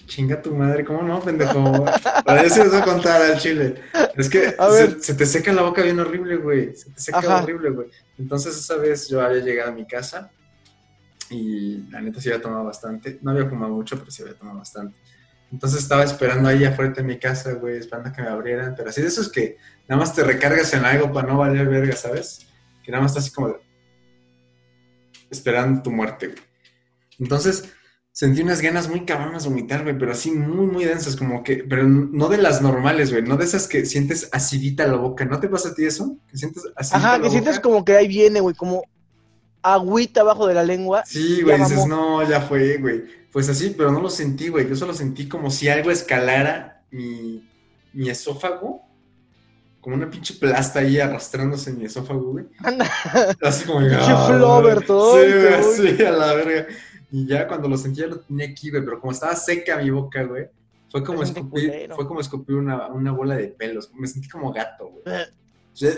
Speaker 1: Chinga tu madre, ¿cómo no, pendejo? Para eso les voy a contar al chile. Es que
Speaker 2: A
Speaker 1: se,
Speaker 2: ver.
Speaker 1: se te seca la boca bien horrible, güey. Se te seca
Speaker 2: Ajá.
Speaker 1: horrible, güey. Entonces, esa vez yo había llegado a mi casa y la neta sí había tomado bastante. No había fumado mucho, pero sí había tomado bastante. Entonces estaba esperando ahí afuera de mi casa, güey, esperando a que me abrieran. Pero así de esos que nada más te recargas en algo para no valer verga, ¿sabes? Que nada más estás así como de- esperando tu muerte, güey. Entonces sentí unas ganas muy cabronas de vomitar, güey, pero así muy, muy densas, como que, pero no de las normales, güey, no de esas que sientes acidita la boca. ¿No te pasa a ti eso? Que sientes acidita
Speaker 2: Ajá,
Speaker 1: la
Speaker 2: que sientes
Speaker 1: boca?
Speaker 2: como que ahí viene, güey, como agüita abajo de la lengua.
Speaker 1: Sí, güey,
Speaker 2: Ya
Speaker 1: dices,
Speaker 2: mamó.
Speaker 1: no, ya fue, güey. Pues así, pero no lo sentí, güey. Yo solo sentí como si algo escalara mi, mi esófago, como una pinche plasta ahí arrastrándose en mi esófago, güey.
Speaker 2: Anda.
Speaker 1: *laughs* Así como,
Speaker 2: *laughs* Pinche
Speaker 1: "Ah,
Speaker 2: flover
Speaker 1: güey".
Speaker 2: todo,
Speaker 1: Sí, güey,
Speaker 2: cabrón.
Speaker 1: así a la verga. Y ya cuando lo sentía lo tenía aquí, güey, pero como estaba seca mi boca, güey, fue como
Speaker 2: Te sentí
Speaker 1: escupir,
Speaker 2: culero.
Speaker 1: fue como escupir una, una bola de pelos. Me sentí como gato, güey.
Speaker 2: Eh.
Speaker 1: Sí, eh,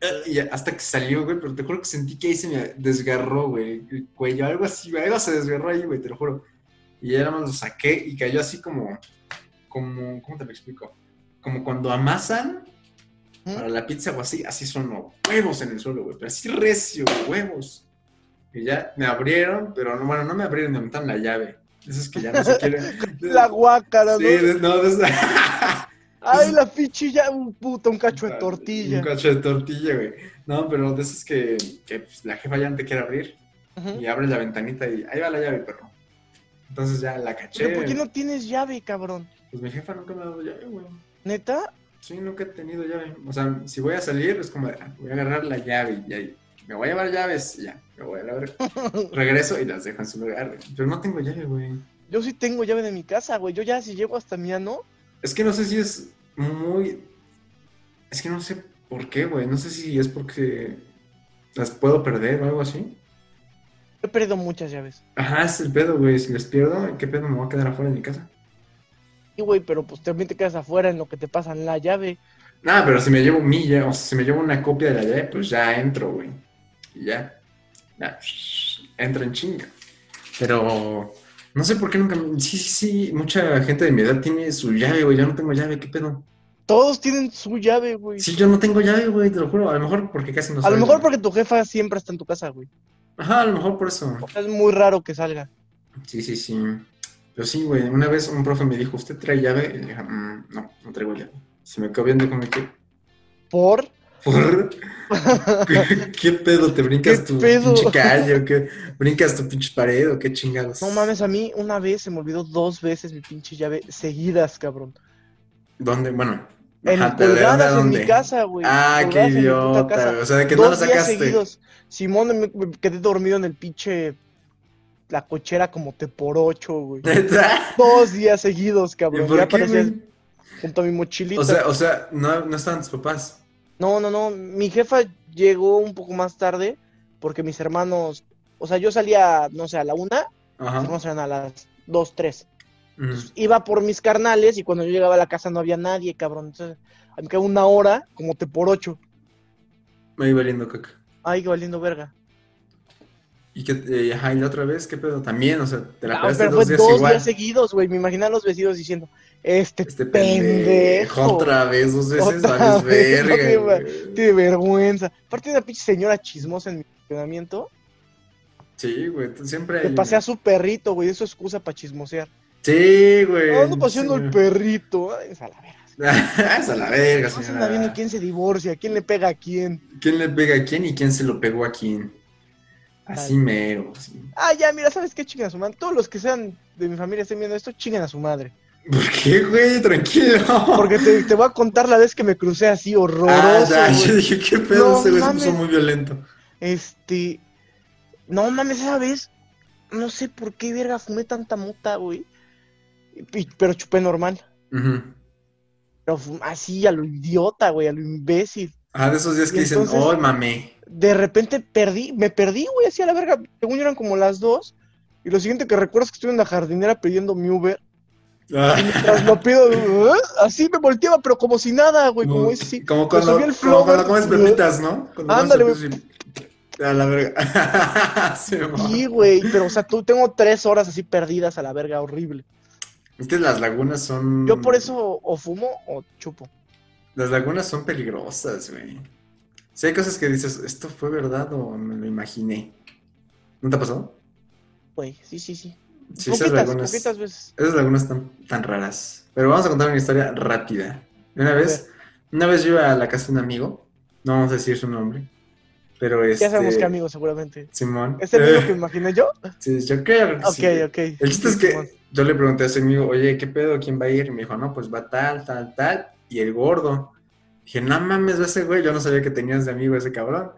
Speaker 1: eh, Y hasta que salió, güey, pero te juro que sentí que ahí se me desgarró, güey, el cuello, algo así, güey, algo se desgarró ahí, güey, te lo juro. Y ya nada más lo saqué y cayó así como, como, ¿cómo te lo explico? Como cuando amasan
Speaker 2: ¿Mm?
Speaker 1: para la pizza o así, así son los huevos en el suelo, güey, pero así recio, güey, huevos. Y ya me abrieron, pero no, bueno, no me abrieron, me metieron la llave. Eso es que ya no se quieren.
Speaker 2: La guácara,
Speaker 1: Sí,
Speaker 2: ¿no?
Speaker 1: de- no, de esa-
Speaker 2: Ay, la pichilla, un puto, un cacho de
Speaker 1: Un
Speaker 2: tortilla.
Speaker 1: cacho de tortilla, güey. No, pero de esas que, que, pues, la jefa ya no te quiere abrir
Speaker 2: Ujú.
Speaker 1: y abre la ventanita y ahí va la llave, perro. Entonces ya la caché.
Speaker 2: Pero ¿por qué no tienes llave, cabrón?
Speaker 1: Pues mi jefa nunca me ha dado llave, güey.
Speaker 2: ¿Neta?
Speaker 1: Sí, nunca he tenido llave. O sea, si voy a salir es como, de, ah, voy a agarrar la llave y ahí. Me voy a llevar llaves y ya, me voy a la
Speaker 2: *laughs*
Speaker 1: verga. Regreso y las dejo en su lugar, güey. Pero no tengo llave, güey.
Speaker 2: Yo sí tengo llave de mi casa, güey. Yo ya si llego hasta mi ano,
Speaker 1: Es que no sé si es muy. Es que no sé por qué, güey. No sé si es porque las puedo perder o algo así.
Speaker 2: he perdido muchas llaves.
Speaker 1: Ajá, es el pedo, güey. Si les pierdo, ¿qué pedo? Me voy a quedar afuera de mi casa.
Speaker 2: Y, güey, pero pues también te quedas afuera en lo que te pasan la llave.
Speaker 1: Nada, pero si me llevo mi llave, o sea, si me llevo una copia de la llave, pues ya entro, güey. Y ya. Ya, entro en chinga. Pero no sé por qué nunca. me- Sí, sí, sí. Mucha gente de mi edad tiene su llave, güey. Yo no tengo llave, ¿qué pedo?
Speaker 2: Todos tienen su llave, güey.
Speaker 1: Sí, yo no tengo llave, güey, te lo juro. A lo mejor porque casi no
Speaker 2: a lo
Speaker 1: salgo.
Speaker 2: mejor porque tu jefa siempre está en tu casa, güey.
Speaker 1: Ajá, a lo mejor por eso.
Speaker 2: O sea, es muy raro que salga.
Speaker 1: Sí, sí, sí. Pero sí, güey, una vez un profe me dijo, ¿usted trae llave? Y le dije, "Mm, no, no traigo llave. Se me quedó viendo como que,
Speaker 2: Por.
Speaker 1: ¿por qué, *laughs* qué pedo? ¿Te brincas
Speaker 2: ¿Qué
Speaker 1: tu
Speaker 2: pedo?
Speaker 1: pinche calle o qué? ¿Brincas tu pinche pared o qué chingados?
Speaker 2: No mames, a mí una vez se me olvidó dos veces mi pinche llave seguidas, cabrón.
Speaker 1: ¿Dónde? Bueno.
Speaker 2: En
Speaker 1: ajá, pero ¿de dónde a
Speaker 2: colgadas en
Speaker 1: dónde?
Speaker 2: mi casa, güey.
Speaker 1: Ah, qué
Speaker 2: colgadas en mi puta
Speaker 1: idiota.
Speaker 2: casa.
Speaker 1: güey. O sea, de que
Speaker 2: dos
Speaker 1: no la
Speaker 2: días
Speaker 1: sacaste.
Speaker 2: seguidos. Simón, me, me quedé dormido en el pinche. La cochera como te por ocho,
Speaker 1: *laughs*
Speaker 2: güey.
Speaker 1: *laughs* ¿Neta?
Speaker 2: Dos días seguidos,
Speaker 1: ¿Y
Speaker 2: cabrón.
Speaker 1: por
Speaker 2: Ya
Speaker 1: qué,
Speaker 2: parecía
Speaker 1: güey?
Speaker 2: junto a mi mochilita.
Speaker 1: O sea, o sea no, no estaban tus papás.
Speaker 2: No, no, no. Mi jefa llegó un poco más tarde porque mis hermanos. O sea, yo salía, no sé, a la una, mis
Speaker 1: Ajá.
Speaker 2: hermanos salían a las dos, tres.
Speaker 1: Mm.
Speaker 2: Entonces, iba por mis carnales y cuando yo llegaba a la casa no había nadie, cabrón. Entonces, me quedaba una hora como te por ocho.
Speaker 1: Me iba valiendo caca.
Speaker 2: Ay, valiendo verga.
Speaker 1: Y que, eh, ajá, y la otra vez, ¿qué pedo? También, o sea, te la
Speaker 2: Ah,
Speaker 1: pegaste
Speaker 2: pero
Speaker 1: dos
Speaker 2: fue
Speaker 1: días
Speaker 2: dos
Speaker 1: igual.
Speaker 2: días seguidos, güey. Me imaginé a los vecinos diciendo, este,
Speaker 1: este pendejo.
Speaker 2: pendejo.
Speaker 1: Otra vez, dos veces,
Speaker 2: Otra
Speaker 1: vales
Speaker 2: vez, no
Speaker 1: verga,
Speaker 2: te va-
Speaker 1: güey.
Speaker 2: Qué vergüenza. Aparte de una pinche señora chismosa en mi entrenamiento,
Speaker 1: Sí, güey, tú siempre hay
Speaker 2: le pasé a
Speaker 1: una.
Speaker 2: su perrito, güey. Eso es excusa para chismosear.
Speaker 1: Sí, güey.
Speaker 2: No, ando paseando
Speaker 1: sí, *laughs*
Speaker 2: el
Speaker 1: güey.
Speaker 2: perrito. Ay, es a la verga.
Speaker 1: Es a la verga,
Speaker 2: No se anda viendo
Speaker 1: señora.
Speaker 2: quién se divorcia, quién le pega a quién.
Speaker 1: ¿Quién le pega a quién y quién se lo pegó a quién? Así
Speaker 2: Tal.
Speaker 1: mero, sí.
Speaker 2: Ah, ya, mira, ¿sabes qué? Chingan a su madre. Todos los que sean de mi familia estén viendo esto, chingan a su madre.
Speaker 1: ¿Por qué, güey? Tranquilo.
Speaker 2: Porque te, te voy a contar la vez que me crucé así
Speaker 1: Ah,
Speaker 2: horroroso.
Speaker 1: ya,
Speaker 2: güey.
Speaker 1: yo dije, qué pedo,
Speaker 2: No
Speaker 1: ese güey se puso
Speaker 2: mames.
Speaker 1: muy violento.
Speaker 2: Este. No mames, esa vez. No sé por qué verga fumé tanta mota, güey. Y- Pero chupé normal.
Speaker 1: Ujú.
Speaker 2: Pero fum- así a lo idiota, güey, a lo imbécil.
Speaker 1: Ah, de esos días que
Speaker 2: Y
Speaker 1: dicen,
Speaker 2: entonces-
Speaker 1: oh, mamé.
Speaker 2: De repente perdí, me perdí, güey, así a la verga. Según yo eran como las dos. Y lo siguiente que recuerdo es que estuve en la jardinera pidiendo mi Uber.
Speaker 1: Ah,
Speaker 2: Y mientras lo pido, ¿eh? así me volteaba, pero como si nada, güey, como es así.
Speaker 1: Como cuando,
Speaker 2: subí el
Speaker 1: como
Speaker 2: flow,
Speaker 1: cuando
Speaker 2: güey.
Speaker 1: comes pepitas, ¿no? Cuando comes
Speaker 2: Ándale,
Speaker 1: pepitas y- *laughs* A la verga. *laughs* Sí, mamá.
Speaker 2: Sí, güey, pero o sea, tú tengo tres horas así perdidas a la verga, horrible.
Speaker 1: Es que las lagunas son.
Speaker 2: Yo por eso o fumo o chupo.
Speaker 1: Las lagunas son peligrosas, güey. Si hay cosas que dices, ¿esto fue verdad o me lo imaginé? ¿No te ha pasado?
Speaker 2: Güey, sí, sí, sí.
Speaker 1: Sí, esas
Speaker 2: poquitas,
Speaker 1: lagunas.
Speaker 2: poquitas veces.
Speaker 1: Esas lagunas tan, tan raras. Pero vamos a contar una historia rápida. Una vez, una vez yo iba a la casa de un amigo. No vamos a decir su nombre. Pero este.
Speaker 2: Ya sabemos que amigos, seguramente. ¿Este
Speaker 1: Simón.
Speaker 2: ¿Es el mismo que me imaginé yo?
Speaker 1: *laughs* Sí, yo creo que
Speaker 2: Ok,
Speaker 1: sí, güey.
Speaker 2: ok.
Speaker 1: El chiste es
Speaker 2: Simón.
Speaker 1: que yo le pregunté a su amigo, oye, ¿qué pedo? ¿Quién va a ir? Y me dijo, no, pues va tal, tal, tal, y el gordo. Dije, no mames, va ese güey, yo no sabía que tenías de amigo ese cabrón.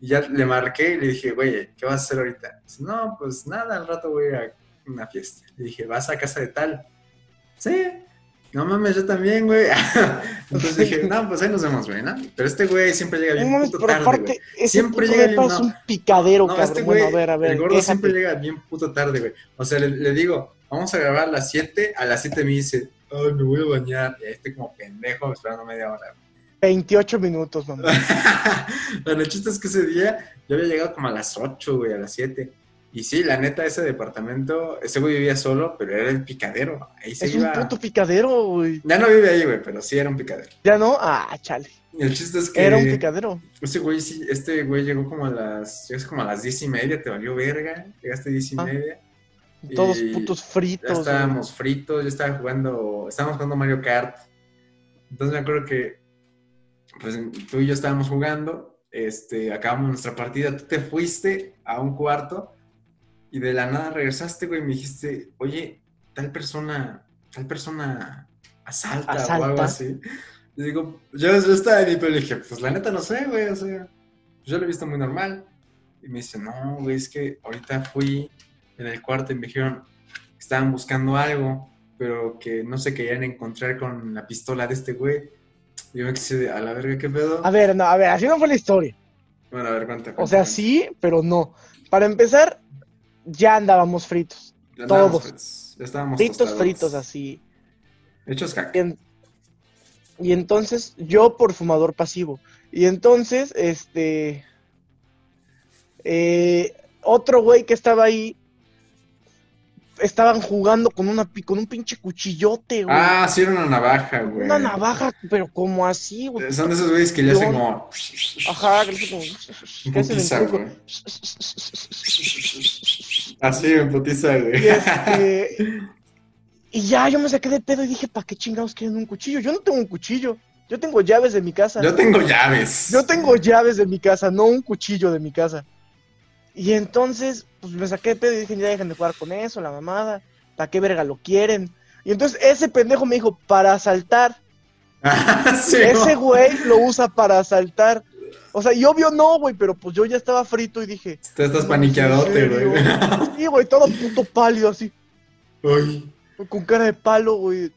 Speaker 1: Y ya le marqué y le dije, güey, ¿qué vas a hacer ahorita? Dice, no, pues nada, al rato voy a ir a una fiesta. Le dije, ¿vas a casa de tal? Sí. No mames, yo también, güey. *laughs* Entonces dije, no, pues ahí nos vemos, güey, ¿no? Pero este güey siempre llega bien
Speaker 2: No mames,
Speaker 1: puto
Speaker 2: pero
Speaker 1: tarde,
Speaker 2: aparte,
Speaker 1: güey.
Speaker 2: ese
Speaker 1: Siempre
Speaker 2: tipo
Speaker 1: llega
Speaker 2: de
Speaker 1: bien,
Speaker 2: es
Speaker 1: no.
Speaker 2: un picadero,
Speaker 1: No,
Speaker 2: cabrón.
Speaker 1: este güey,
Speaker 2: bueno, a ver, a ver.
Speaker 1: el gordo
Speaker 2: quéjate.
Speaker 1: siempre llega bien puto tarde, güey. O sea, le, le digo, vamos a grabar a las 7, a las 7 me dice, ay, me voy a bañar. Y ahí estoy como pendejo esperando media hora,
Speaker 2: 28 minutos, mamá.
Speaker 1: *laughs* bueno, el chiste es que ese día yo había llegado como a las 8, güey, a las 7. Y sí, la neta, ese departamento, ese güey vivía solo, pero era el picadero. Ahí se
Speaker 2: es
Speaker 1: iba.
Speaker 2: un puto picadero, güey.
Speaker 1: Ya no vive ahí, güey, pero sí era un picadero.
Speaker 2: Ya no, ah, chale.
Speaker 1: Y el chiste es que.
Speaker 2: Era un picadero.
Speaker 1: Ese güey, sí, este güey llegó como a las. Llegas como a las 10 y media, te valió verga. Llegaste a 10 y
Speaker 2: Ah.
Speaker 1: media. Y
Speaker 2: Todos putos
Speaker 1: Ya
Speaker 2: fritos. güey.
Speaker 1: estábamos fritos, yo estaba jugando, estábamos jugando Mario Kart. Entonces me acuerdo que pues tú y yo estábamos jugando, este, acabamos nuestra partida, tú te fuiste a un cuarto y de la nada regresaste, güey, y me dijiste, oye, tal persona, tal persona asalta, o algo
Speaker 2: Asalta.
Speaker 1: así. Y digo, yo, yo estaba en mi pelo y dije, pues la neta no sé, güey, o sea, yo lo he visto muy normal. Y me dice, no, güey, es que ahorita fui en el cuarto y me dijeron que estaban buscando algo, pero que no se querían encontrar con la pistola de este güey. Y yo me quedé a la verga, ¿qué pedo?
Speaker 2: A ver, no, a ver, así no fue la historia.
Speaker 1: bueno, a ver, cuánta
Speaker 2: Ah, O sea, sí, pero no. Para empezar, ya andábamos fritos. todos.
Speaker 1: Ya estábamos
Speaker 2: Fritos,
Speaker 1: tostados.
Speaker 2: fritos, así.
Speaker 1: Hechos caca.
Speaker 2: Y, en- y entonces, yo por fumador pasivo. Y entonces, este. eh, otro güey que estaba ahí. Estaban jugando con, una, pi- con un pinche cuchillote, güey.
Speaker 1: Ah, sí, era una navaja, güey.
Speaker 2: una navaja, pero como así, güey.
Speaker 1: Eh, Son de esos güeyes que le hacen
Speaker 2: Yo-
Speaker 1: como.
Speaker 2: Ajá, que le hacen como- que hacen el
Speaker 1: Putiza,
Speaker 2: truco.
Speaker 1: güey. Así, en putiza, güey.
Speaker 2: Y, este, y ya yo me saqué de pedo y dije, ¿para qué chingados quieren un cuchillo? Yo no tengo un cuchillo. Yo tengo llaves de mi casa.
Speaker 1: Yo tengo llaves.
Speaker 2: Yo tengo llaves de mi casa, no un cuchillo de mi casa. Y entonces, pues me saqué de pedo y dije, ya dejen de jugar con eso, la mamada. ¿Para qué verga lo quieren? Y entonces ese pendejo me dijo, para asaltar.
Speaker 1: *laughs* Ah, sí,
Speaker 2: Ese
Speaker 1: no.
Speaker 2: güey lo usa para asaltar. O sea, y obvio no, güey, pero pues yo ya estaba frito y dije,
Speaker 1: Tú estás
Speaker 2: No,
Speaker 1: paniqueadote,
Speaker 2: ¿en serio?
Speaker 1: güey.
Speaker 2: sí, güey, todo puto pálido así,
Speaker 1: *laughs*
Speaker 2: *laughs*
Speaker 1: Uy.
Speaker 2: con cara de palo, güey.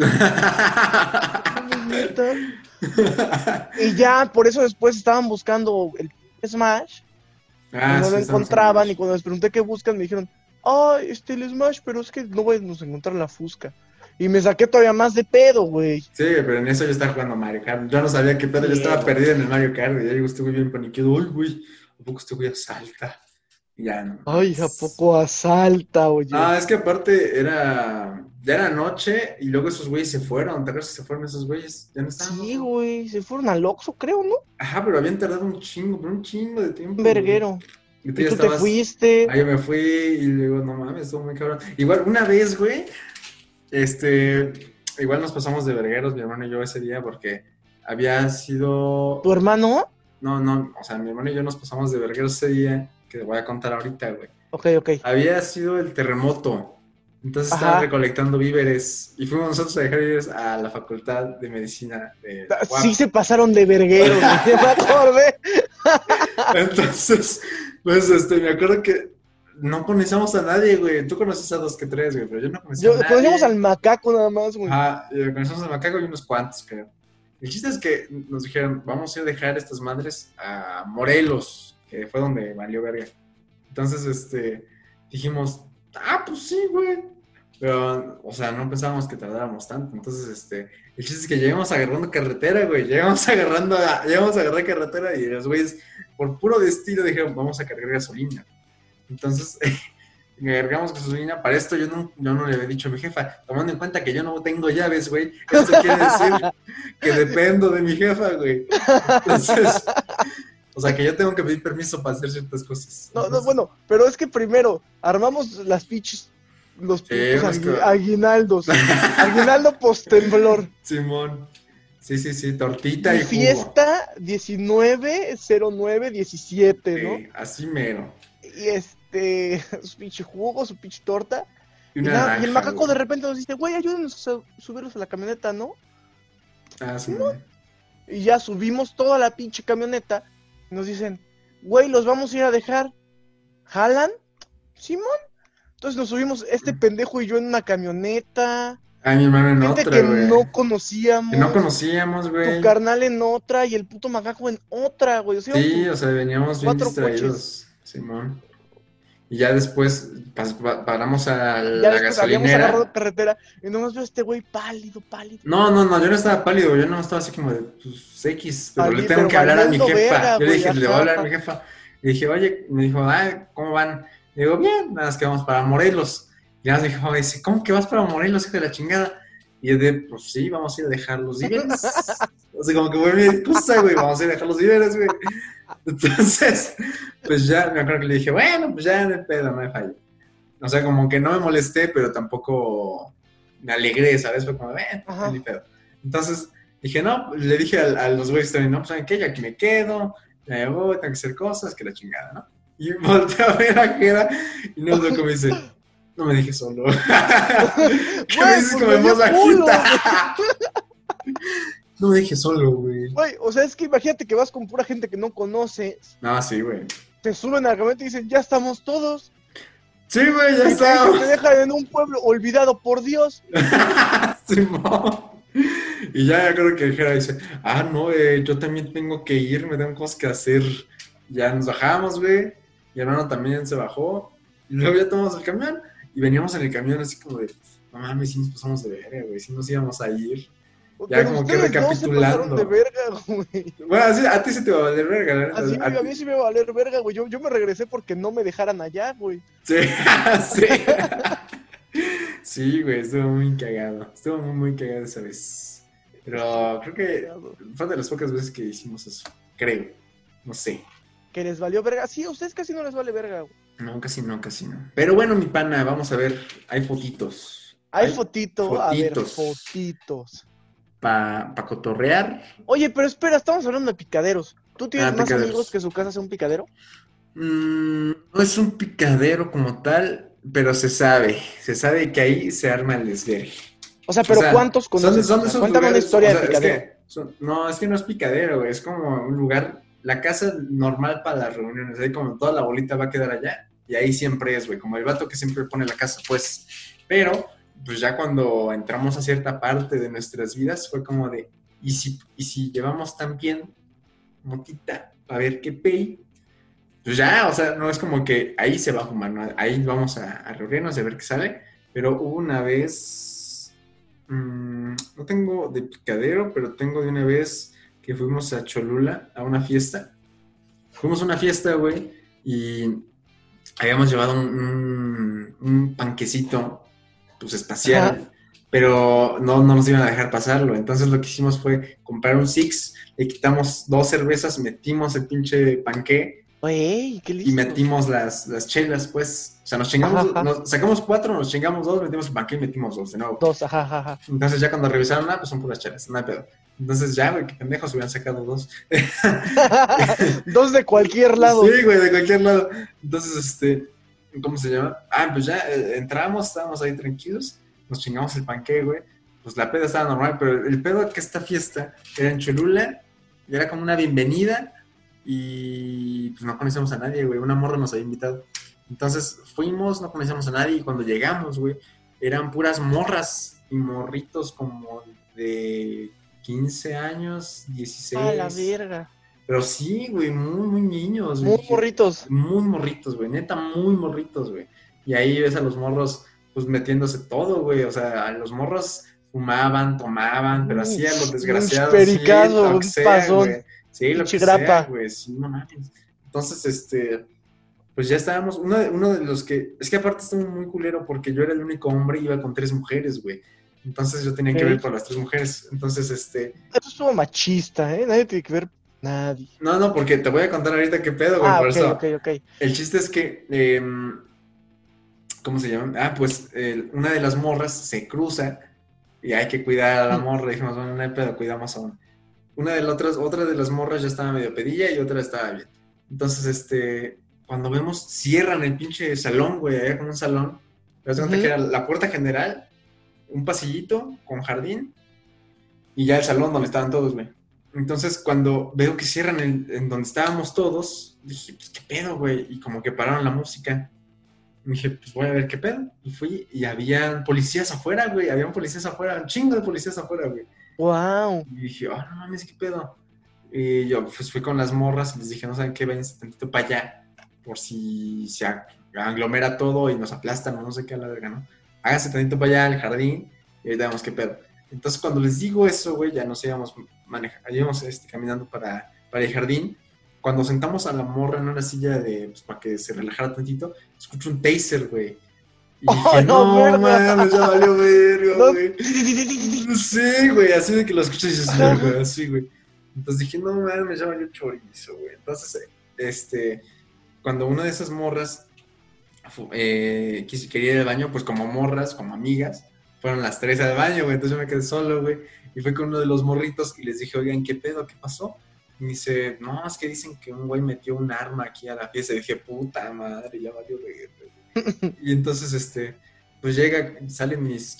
Speaker 2: "Ah, Neta.
Speaker 1: *laughs*
Speaker 2: Y ya, por eso después estaban buscando el Smash, y
Speaker 1: Ah,
Speaker 2: no
Speaker 1: sí,
Speaker 2: lo
Speaker 1: estamos
Speaker 2: encontraban,
Speaker 1: en-
Speaker 2: y cuando les pregunté qué buscan, me dijeron, ay, este el Smash, pero es que no vamos a encontrar la fusca. Y me saqué todavía más de pedo, güey.
Speaker 1: Sí, güey, pero en eso yo estaba jugando Mario Kart. Yo no sabía qué pedo, yo
Speaker 2: Bien.
Speaker 1: estaba perdido en el Mario Kart. Y ya llegó este güey bien paniqueado. Uy, güey, ¿a poco este güey asalta? Y ya no.
Speaker 2: Ay, ¿a poco asalta, oye?
Speaker 1: Ah, es que aparte era. Ya era noche y luego esos güeyes se fueron. ¿Te acuerdas que se fueron esos güeyes? Ya no estaban.
Speaker 2: sí, güey, se fueron al Oxxo, creo, ¿no?
Speaker 1: Ajá, pero habían tardado un chingo, pero un chingo de tiempo.
Speaker 2: Un
Speaker 1: güey.
Speaker 2: verguero.
Speaker 1: Y tú
Speaker 2: Y
Speaker 1: ya
Speaker 2: tú te
Speaker 1: estabas.
Speaker 2: fuiste.
Speaker 1: Ahí me fui y le digo, no mames, estuvo muy cabrón. Igual, una vez, güey, este, igual nos pasamos de vergueros, mi hermano y yo ese día, porque había sido.
Speaker 2: ¿Tu hermano?
Speaker 1: No, no, o sea, mi hermano y yo nos pasamos de vergueros ese día, que te voy a contar ahorita, güey.
Speaker 2: Ok, ok.
Speaker 1: Había sido el terremoto. Entonces
Speaker 2: Ajá.
Speaker 1: estaban recolectando víveres y fuimos nosotros a dejar víveres a la facultad de medicina de la UAP.
Speaker 2: Ah, Sí se pasaron de vergueros, *laughs* güey, me acordé.
Speaker 1: *laughs* Entonces, pues este, me acuerdo que no conocíamos a nadie, güey. Tú conoces a dos que tres, güey, pero yo no conocía
Speaker 2: Yo-
Speaker 1: a nadie.
Speaker 2: conocimos al macaco nada más, güey.
Speaker 1: Ajá, eh, conocimos al macaco y unos cuantos, creo. El chiste es que nos dijeron, vamos a ir a dejar estas madres a Morelos, que fue donde valió verga. Entonces, este, dijimos, ah, pues sí, güey. Pero, o sea, no pensábamos que tardáramos tanto. Entonces, este, el chiste es que llegamos agarrando carretera, güey. Llegamos *laughs* agarrando, a- llegamos a agarrar carretera y los güeyes, por puro destino, dijeron, vamos a cargar gasolina. Entonces, *laughs* cargamos gasolina. Para esto yo no, yo no le había dicho a mi jefa, tomando en cuenta que yo no tengo llaves, güey. Esto quiere decir
Speaker 2: *laughs*
Speaker 1: que dependo de mi jefa, güey. Entonces, o sea, que yo tengo que pedir permiso para hacer ciertas cosas.
Speaker 2: No, no, bueno, pero es que primero armamos las pinches, los pinches
Speaker 1: es que-
Speaker 2: agui-
Speaker 1: *laughs*
Speaker 2: aguinaldos. Aguinaldo post-temblor.
Speaker 1: Simón. Sí, sí, sí, tortita y,
Speaker 2: Mi
Speaker 1: jugo.
Speaker 2: fiesta 190917, ¿no?
Speaker 1: Sí, así mero.
Speaker 2: Y este, *laughs* su pinche jugo, su pinche torta.
Speaker 1: Y,
Speaker 2: Y,
Speaker 1: una
Speaker 2: nada, y
Speaker 1: naranja,
Speaker 2: el macaco
Speaker 1: güey.
Speaker 2: de repente nos dice, güey, ayúdenos a subirlos a la camioneta, ¿no?
Speaker 1: Ah, sí, güey.
Speaker 2: Y ya subimos toda la pinche camioneta. Y nos dicen, güey, los vamos a ir a dejar. ¿Jalan? ¿Simón? Entonces nos subimos este pendejo y yo en una camioneta.
Speaker 1: A mi hermano en
Speaker 2: Gente
Speaker 1: otra,
Speaker 2: que
Speaker 1: güey.
Speaker 2: no conocíamos.
Speaker 1: Que no conocíamos, güey.
Speaker 2: Tu carnal en otra y el puto magajo en otra, güey. O sea,
Speaker 1: Sí, o sea, veníamos bien
Speaker 2: Cuatro
Speaker 1: distraídos, Simón. Y ya después pas- pa- paramos a
Speaker 2: ya
Speaker 1: la
Speaker 2: después habíamos
Speaker 1: gasolinera.
Speaker 2: agarrado carretera y nomás veo a este güey pálido,
Speaker 1: *laughs*
Speaker 2: pálido.
Speaker 1: No, no, no, yo no estaba pálido, yo no estaba así como de pues, X, pero
Speaker 2: Vali-
Speaker 1: le tengo
Speaker 2: pero
Speaker 1: que hablar a mi
Speaker 2: valiendo
Speaker 1: jefa.
Speaker 2: verga,
Speaker 1: yo le
Speaker 2: güey,
Speaker 1: dije, le voy a
Speaker 2: ajá,
Speaker 1: hablar a
Speaker 2: ajá.
Speaker 1: mi jefa. Le dije, oye, me dijo, ah, ¿cómo van? Le digo, bien, nada más que vamos para Morelos. Y nada más mi jefa me dice, ¿cómo que vas para Morelos, hijo de la chingada? Y yo de, pues sí, vamos a ir a dejar
Speaker 2: *laughs*
Speaker 1: los víveres. O sea, como que fue mi excusa, güey, vamos a ir a dejar los víveres, güey. Entonces, pues ya, me acuerdo que le dije, bueno, pues ya, de pedo, no me falló. O sea, como que no me molesté, pero tampoco me alegré, ¿sabes? Fue como, eh,
Speaker 2: Ajá.
Speaker 1: ni pedo. Entonces dije, no, le dije al- a, los güeyes también, no, pues ¿saben qué? Ya que me quedo, ya me voy, tengo que hacer cosas, que la chingada, ¿no? Y *laughs* volteé a ver a Jera y no es lo que me dice, no me dije solo. *laughs* ¿Qué me
Speaker 2: Güey,
Speaker 1: dices
Speaker 2: pues
Speaker 1: como en
Speaker 2: me
Speaker 1: voz
Speaker 2: dio culo,
Speaker 1: bajita? No me dije solo, güey.
Speaker 2: Güey, o sea, es que imagínate que vas con pura gente que no conoces,
Speaker 1: No, sí, güey.
Speaker 2: te suben al camioneta y dicen, ya estamos todos.
Speaker 1: Sí, güey,
Speaker 2: *laughs*
Speaker 1: ya
Speaker 2: Y te
Speaker 1: está.
Speaker 2: dicen, Pues, te dejan en un pueblo olvidado por Dios.
Speaker 1: Simón. Y ya creo que Jera dice, ah, no, eh, yo también tengo que ir, me tengo cosas que hacer. Ya nos bajamos, güey. Mi hermano también se bajó. Y luego ya tomamos el camión. Y veníamos en el camión así como de, no mames, si nos pasamos de verga, güey, si nos íbamos a ir. Ya
Speaker 2: Pero
Speaker 1: como que
Speaker 2: ustedes dos se pasaron
Speaker 1: recapitulando.
Speaker 2: de verga, güey.
Speaker 1: Bueno, así- a ti se te va a valer verga, la neta.
Speaker 2: Así me,
Speaker 1: A ti-
Speaker 2: a mí ¿Ah, sí me va a valer verga, güey. Yo, yo me regresé porque no me dejaran allá, güey.
Speaker 1: Sí, sí. *laughs* Sí, güey, estuvo muy cagado. Estuvo muy, muy cagado esa vez. Pero creo que fue de las pocas veces que hicimos eso. Creo. No sé.
Speaker 2: Que les valió verga. Sí, a ustedes casi no les vale verga, güey.
Speaker 1: No, casi no, casi no. Pero bueno, mi pana, vamos a ver. Hay fotitos.
Speaker 2: Hay fotito, a ver,
Speaker 1: fotitos.
Speaker 2: fotitos.
Speaker 1: Para pa cotorrear.
Speaker 2: Oye, pero espera, estamos hablando de picaderos. ¿Tú tienes
Speaker 1: Ah,
Speaker 2: más
Speaker 1: picaderos.
Speaker 2: amigos que su casa sea un picadero?
Speaker 1: Mm, no es un picadero como tal, pero se sabe. Se sabe que ahí se arma el desvergue.
Speaker 2: O sea, pero
Speaker 1: O sea,
Speaker 2: ¿cuántos conoces?
Speaker 1: son- son de esos
Speaker 2: Cuéntame una
Speaker 1: lugares,
Speaker 2: historia
Speaker 1: o sea,
Speaker 2: de
Speaker 1: es
Speaker 2: picadero.
Speaker 1: que son- no, es que no es picadero, güey, es como un lugar, la casa normal para las reuniones, ahí como toda la bolita va a quedar allá, y ahí siempre es, güey, como el vato que siempre pone la casa, pues, pero, pues ya cuando entramos a cierta parte de nuestras vidas, fue como de, y si, y si llevamos también motita, a ver qué pay, pues ya, o sea, no es como que ahí se va a fumar, ¿no? ahí vamos a, a reunirnos y a ver qué sale, pero hubo una vez, mm, no tengo de picadero, pero tengo de una vez que fuimos a Cholula a una fiesta. Fuimos a una fiesta, güey, y habíamos llevado un, un- un panquecito, pues espacial, pero no, no nos iban a dejar pasarlo. Entonces lo que hicimos fue comprar un Six, le quitamos dos cervezas, metimos el pinche panqué
Speaker 2: Güey, qué listo.
Speaker 1: y metimos las, las chelas, pues. O sea, nos chingamos,
Speaker 2: Ajá, ajá.
Speaker 1: nos- sacamos cuatro, nos chingamos dos, metimos el panqué y metimos dos de nuevo.
Speaker 2: Dos, ajá, ajá, ajá.
Speaker 1: Entonces ya cuando revisaron, ah, pues son puras chelas, no hay pedo. Entonces ya, güey, qué pendejos, hubieran sacado dos.
Speaker 2: *laughs* Dos de cualquier lado.
Speaker 1: Sí, güey, de cualquier lado. Entonces, este, ¿cómo se llama? Ah, pues ya eh, entramos, estábamos ahí tranquilos, nos chingamos el panque, güey. Pues la peda estaba normal, pero el pedo que esta fiesta era en Cholula, y era como una bienvenida, y pues no conocíamos a nadie, güey. Una morra nos había invitado. Entonces fuimos, no conocíamos a nadie, y cuando llegamos, güey, eran puras morras y morritos como de 15 años, 16.
Speaker 2: A la verga.
Speaker 1: Pero sí, güey, muy, muy niños.
Speaker 2: Muy
Speaker 1: güey.
Speaker 2: morritos.
Speaker 1: Muy morritos, güey, neta, muy morritos, güey. Y ahí ves a los morros, pues metiéndose todo, güey. O sea, a los morros fumaban, tomaban, pero hacían los
Speaker 2: Un
Speaker 1: desgraciados.
Speaker 2: pericazo,
Speaker 1: sí, lo
Speaker 2: un
Speaker 1: que sea,
Speaker 2: pasón.
Speaker 1: güey. Sí, lo que sea,
Speaker 2: Chigrapa.
Speaker 1: güey, sí, no mames. Entonces, este, pues ya estábamos, uno de, uno de los que, es que aparte estuvo muy culero porque yo era el único hombre y iba con tres mujeres, güey. Entonces yo tenía que
Speaker 2: Ok.
Speaker 1: ver con las tres mujeres. Entonces, este,
Speaker 2: Eso estuvo machista, ¿eh? Nadie tiene que ver. Nadie.
Speaker 1: no, no, porque te voy a contar ahorita qué pedo, güey,
Speaker 2: Ah,
Speaker 1: por
Speaker 2: ok,
Speaker 1: eso.
Speaker 2: ok, ok.
Speaker 1: El chiste es que, em, ¿cómo se llama? Ah, pues el- una de las morras se cruza y hay que cuidar a la morra. Dijimos, bueno, no hay pedo, cuidamos a una. Una de las otras, otra de las morras ya estaba medio pedilla y otra estaba bien. Entonces, este, cuando vemos, cierran el pinche salón, güey, había como un salón. Te das cuenta
Speaker 2: Ujú.
Speaker 1: que era la puerta general, un pasillito con jardín y ya el salón donde estaban todos, güey. Entonces, cuando veo que cierran el- en donde estábamos todos, dije, pues, ¿qué pedo, güey? Y como que pararon la música. Y dije, pues voy a ver qué pedo. Y fui y habían policías afuera, güey. Habían policías afuera, un chingo de policías afuera, güey.
Speaker 2: ¡Wow!
Speaker 1: Y dije, ah, no mames, qué pedo. Y yo pues fui con las morras y les dije, no saben qué, váyanse tantito para allá. Por si se aglomera todo y nos aplastan o no sé qué a la verga, ¿no? Háganse tantito para allá al jardín y ahorita vemos qué pedo. Entonces cuando les digo eso, güey, ya nos íbamos manejando, íbamos este, caminando para, para el jardín cuando sentamos a la morra en una silla de, pues, para que se relajara tantito, escucho un taser, güey.
Speaker 2: *laughs*
Speaker 1: Y dije,
Speaker 2: Oh, no,
Speaker 1: no,
Speaker 2: verga.
Speaker 1: mames, ya valió verga,
Speaker 2: *laughs* No.
Speaker 1: güey. No sé, güey, así de que lo escuchas y dices, verga, así, güey. Entonces dije, no mames, ya valió chorizo, güey. Entonces, eh, este, cuando una de esas morras fu- eh, quis- quería ir al baño, pues como morras, como amigas, fueron las tres al baño, güey. Entonces yo me quedé solo, güey. Y fue con uno de los morritos y les dije, oigan, ¿qué pedo? ¿Qué pasó? Y me dice, no, es que dicen que un güey metió un arma aquí a la fiesta. Y dije, puta madre, ya valió verga.
Speaker 2: *laughs*
Speaker 1: y entonces, este, pues llega, salen mis,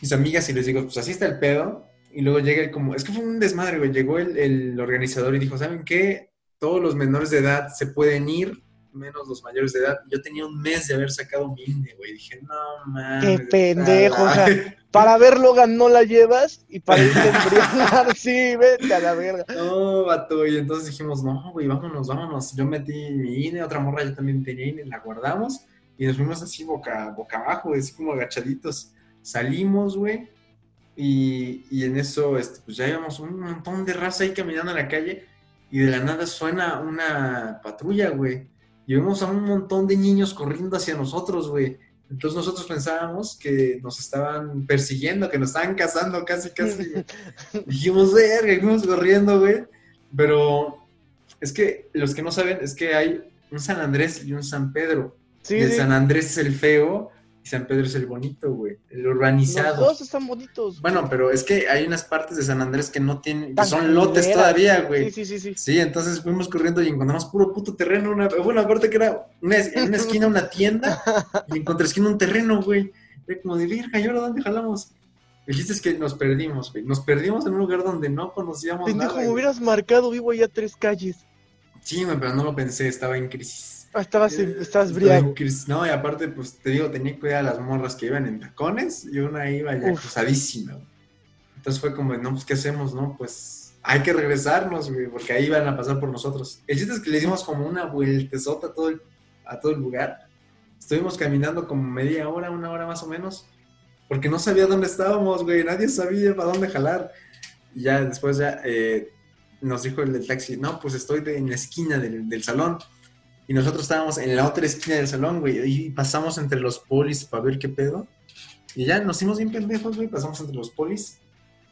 Speaker 1: mis amigas y les digo, pues así está el pedo. Y luego llega el como, es que fue un desmadre, güey. Llegó el, el organizador y dijo, ¿saben qué? Todos los menores de edad se pueden ir, menos los mayores de edad. Yo tenía un mes de haber sacado mi INE, güey. Dije, no mames.
Speaker 2: Qué pendejo, o sea, Para ver Logan no la llevas y para irte a embriagar, *laughs* sí, vete a la *laughs* verga.
Speaker 1: No, vato, y entonces dijimos, no, güey, vámonos, vámonos. Yo metí mi INE, otra morra yo también tenía INE, la guardamos y nos fuimos así boca, boca abajo, güey, así como agachaditos. Salimos, güey, y, y en eso, este, pues ya íbamos un montón de raza ahí caminando en la calle y de la nada suena una patrulla, güey. Y vemos a un montón de niños corriendo hacia nosotros, güey. Entonces nosotros pensábamos que nos estaban persiguiendo, que nos estaban cazando casi, casi, güey. Dijimos, verga, y fuimos corriendo, güey. Pero es que los que no saben es que hay un San Andrés y un San Pedro. Y
Speaker 2: Sí,
Speaker 1: el
Speaker 2: sí.
Speaker 1: San Andrés es el feo y San Pedro es el bonito, güey. El
Speaker 2: Los
Speaker 1: urbanizado.
Speaker 2: dos están bonitos.
Speaker 1: Bueno, pero es que hay unas partes de San Andrés que no tienen, que
Speaker 2: Tan
Speaker 1: son lotes
Speaker 2: culeras.
Speaker 1: todavía, güey.
Speaker 2: Sí, sí, sí, sí.
Speaker 1: Sí, entonces fuimos corriendo y encontramos puro puto terreno. Una, hubo una parte que era una, es- en una esquina una tienda y en contra esquina un terreno, güey. Era como de virga, ¿y ahora dónde jalamos? El chiste es que nos perdimos, güey. Nos perdimos en un lugar donde no conocíamos
Speaker 2: Pendejo,
Speaker 1: nada.
Speaker 2: me
Speaker 1: güey.
Speaker 2: hubieras marcado vivo allá tres calles.
Speaker 1: Sí, güey, pero no lo pensé, estaba en crisis.
Speaker 2: Ah, estabas,
Speaker 1: Eh,
Speaker 2: en- estabas
Speaker 1: estaba en
Speaker 2: briago.
Speaker 1: crisis. No, y aparte, pues te digo, tenía que cuidar a las morras que iban en tacones y una iba ya
Speaker 2: Uf.
Speaker 1: cruzadísima. güey. Entonces fue como, no, pues, ¿qué hacemos, no? Pues hay que regresarnos, güey, porque ahí van a pasar por nosotros. El chiste es que le dimos como una vueltezota a todo el, a todo el lugar. Estuvimos caminando como media hora, una hora más o menos, porque no sabía dónde estábamos, güey, nadie sabía para dónde jalar. Y ya después ya eh, nos dijo el del taxi, no, pues estoy de- en la esquina del, del salón. Y nosotros estábamos en la otra esquina del salón, güey, y pasamos entre los polis para ver qué pedo. Y ya nos hicimos bien pendejos, güey, pasamos entre los polis.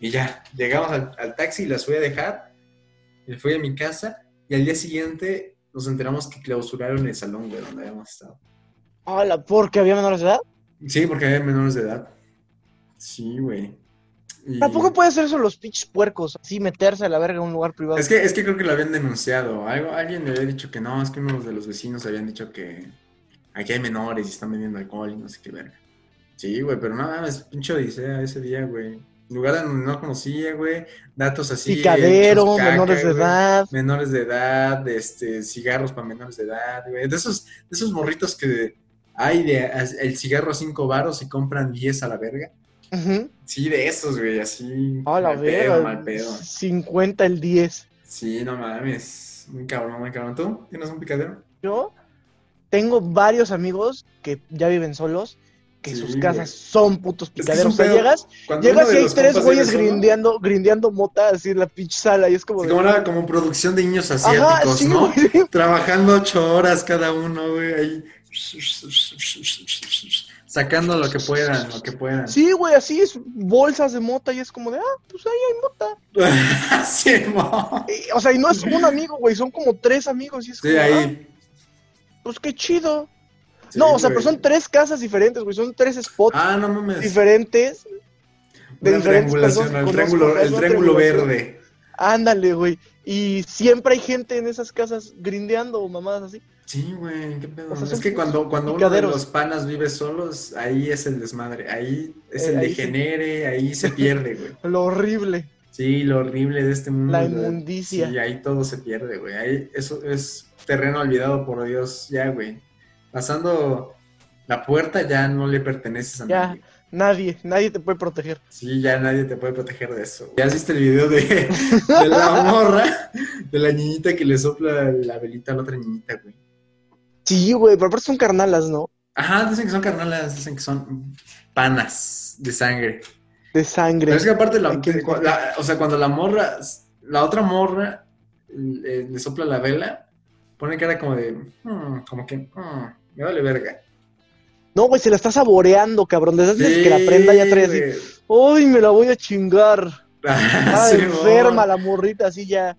Speaker 1: Y ya, llegamos al, al taxi y las fui a dejar. Me fui a mi casa y al día siguiente nos enteramos que clausuraron el salón, güey, donde habíamos estado.
Speaker 2: Hola, porque había menores de edad.
Speaker 1: Sí, porque había menores de edad. Sí, güey. Y-
Speaker 2: Tampoco puede hacer eso los pinches puercos, así meterse a la verga a un lugar privado.
Speaker 1: Es que, es que creo que lo habían denunciado. Algo, alguien le había dicho que no, es que unos de los vecinos habían dicho que aquí hay menores y están vendiendo alcohol y no sé qué verga. Sí, güey, pero nada más, pinche odisea ese día, güey. Lugar donde no conocía, güey. Datos así.
Speaker 2: Picadero,
Speaker 1: hechos caca,
Speaker 2: menores de
Speaker 1: güey.
Speaker 2: edad.
Speaker 1: Menores de edad, este, cigarros para menores de edad, güey. De esos, de esos morritos que hay de as- el cigarro a cinco varos y compran 10 a la verga.
Speaker 2: Ujú.
Speaker 1: Sí, de esos, güey, así.
Speaker 2: A la
Speaker 1: mal pedo,
Speaker 2: verga.
Speaker 1: mal pedo.
Speaker 2: 50 el 10.
Speaker 1: Sí, no mames. Muy cabrón, muy cabrón. ¿Tú tienes un picadero?
Speaker 2: Yo tengo varios amigos que ya viven solos, que
Speaker 1: Sí,
Speaker 2: sus
Speaker 1: güey.
Speaker 2: casas son putos
Speaker 1: que es
Speaker 2: picaderos.
Speaker 1: un
Speaker 2: o sea,
Speaker 1: pedo.
Speaker 2: llegas,
Speaker 1: Cuando uno
Speaker 2: llegas
Speaker 1: de
Speaker 2: y hay
Speaker 1: los
Speaker 2: tres
Speaker 1: compas
Speaker 2: güeyes
Speaker 1: vive solo,
Speaker 2: grindeando, grindeando mota así en la pinche sala y es como
Speaker 1: sí,
Speaker 2: de...
Speaker 1: Como una como producción de niños asiáticos,
Speaker 2: Ajá, sí,
Speaker 1: ¿no?
Speaker 2: güey.
Speaker 1: Trabajando ocho horas cada uno, güey, ahí. Sacando lo que puedan, lo que puedan.
Speaker 2: *laughs* Sí, güey, así es bolsas de mota y es como de, ah, pues ahí hay
Speaker 1: *laughs*
Speaker 2: mota.
Speaker 1: Sí, mo.
Speaker 2: Y, o sea, y no es un amigo, güey, son como tres amigos y es
Speaker 1: Sí,
Speaker 2: como, ah,
Speaker 1: ahí.
Speaker 2: pues qué chido.
Speaker 1: Sí,
Speaker 2: no, o sea,
Speaker 1: güey.
Speaker 2: pero son tres casas diferentes, güey, son tres spots
Speaker 1: Ah, no mames.
Speaker 2: diferentes. de
Speaker 1: Una
Speaker 2: diferentes
Speaker 1: triangulación,
Speaker 2: personas
Speaker 1: el
Speaker 2: que
Speaker 1: triángulo,
Speaker 2: conozco,
Speaker 1: el
Speaker 2: es una
Speaker 1: triángulo
Speaker 2: triangulación.
Speaker 1: verde.
Speaker 2: Ándale, güey. Y siempre hay gente en esas casas grindeando o mamadas así.
Speaker 1: Sí, güey, qué pedo.
Speaker 2: O sea,
Speaker 1: es
Speaker 2: son
Speaker 1: que cuando, cuando uno de
Speaker 2: picaderos.
Speaker 1: los panas vive solos, ahí es el desmadre, ahí es
Speaker 2: Eh,
Speaker 1: el
Speaker 2: ahí sí.
Speaker 1: degenere, ahí se pierde, güey.
Speaker 2: Lo horrible.
Speaker 1: Sí, lo horrible de este mundo.
Speaker 2: La
Speaker 1: güey.
Speaker 2: inmundicia.
Speaker 1: Sí, ahí todo se pierde, güey. Ahí eso es terreno olvidado por Dios, ya, güey. Pasando La puerta ya no le pertenece a
Speaker 2: Ya.
Speaker 1: nadie.
Speaker 2: Nadie, nadie te puede proteger.
Speaker 1: Sí, ya nadie te puede proteger de eso. ¿Ya viste el video de, de
Speaker 2: *laughs*
Speaker 1: la morra? De la niñita que le sopla la velita a la otra niñita, güey.
Speaker 2: Sí, güey, pero aparte son carnalas, ¿no?
Speaker 1: Ajá, dicen que son carnalas, dicen que son panas de sangre.
Speaker 2: De
Speaker 1: Pero
Speaker 2: sangre.
Speaker 1: es que aparte, la,
Speaker 2: ¿A quién
Speaker 1: te-
Speaker 2: corta?
Speaker 1: la- o sea, cuando la morra, la otra morra eh, le sopla la vela, pone cara como de, "Mm", como que, "Mm, me vale verga.
Speaker 2: No, güey, se la está saboreando, cabrón. Desde antes de que la prenda ya trae *laughs* así. ¡Ay, me la voy a chingar!
Speaker 1: *laughs*
Speaker 2: Ah, enferma la morrita, así ya.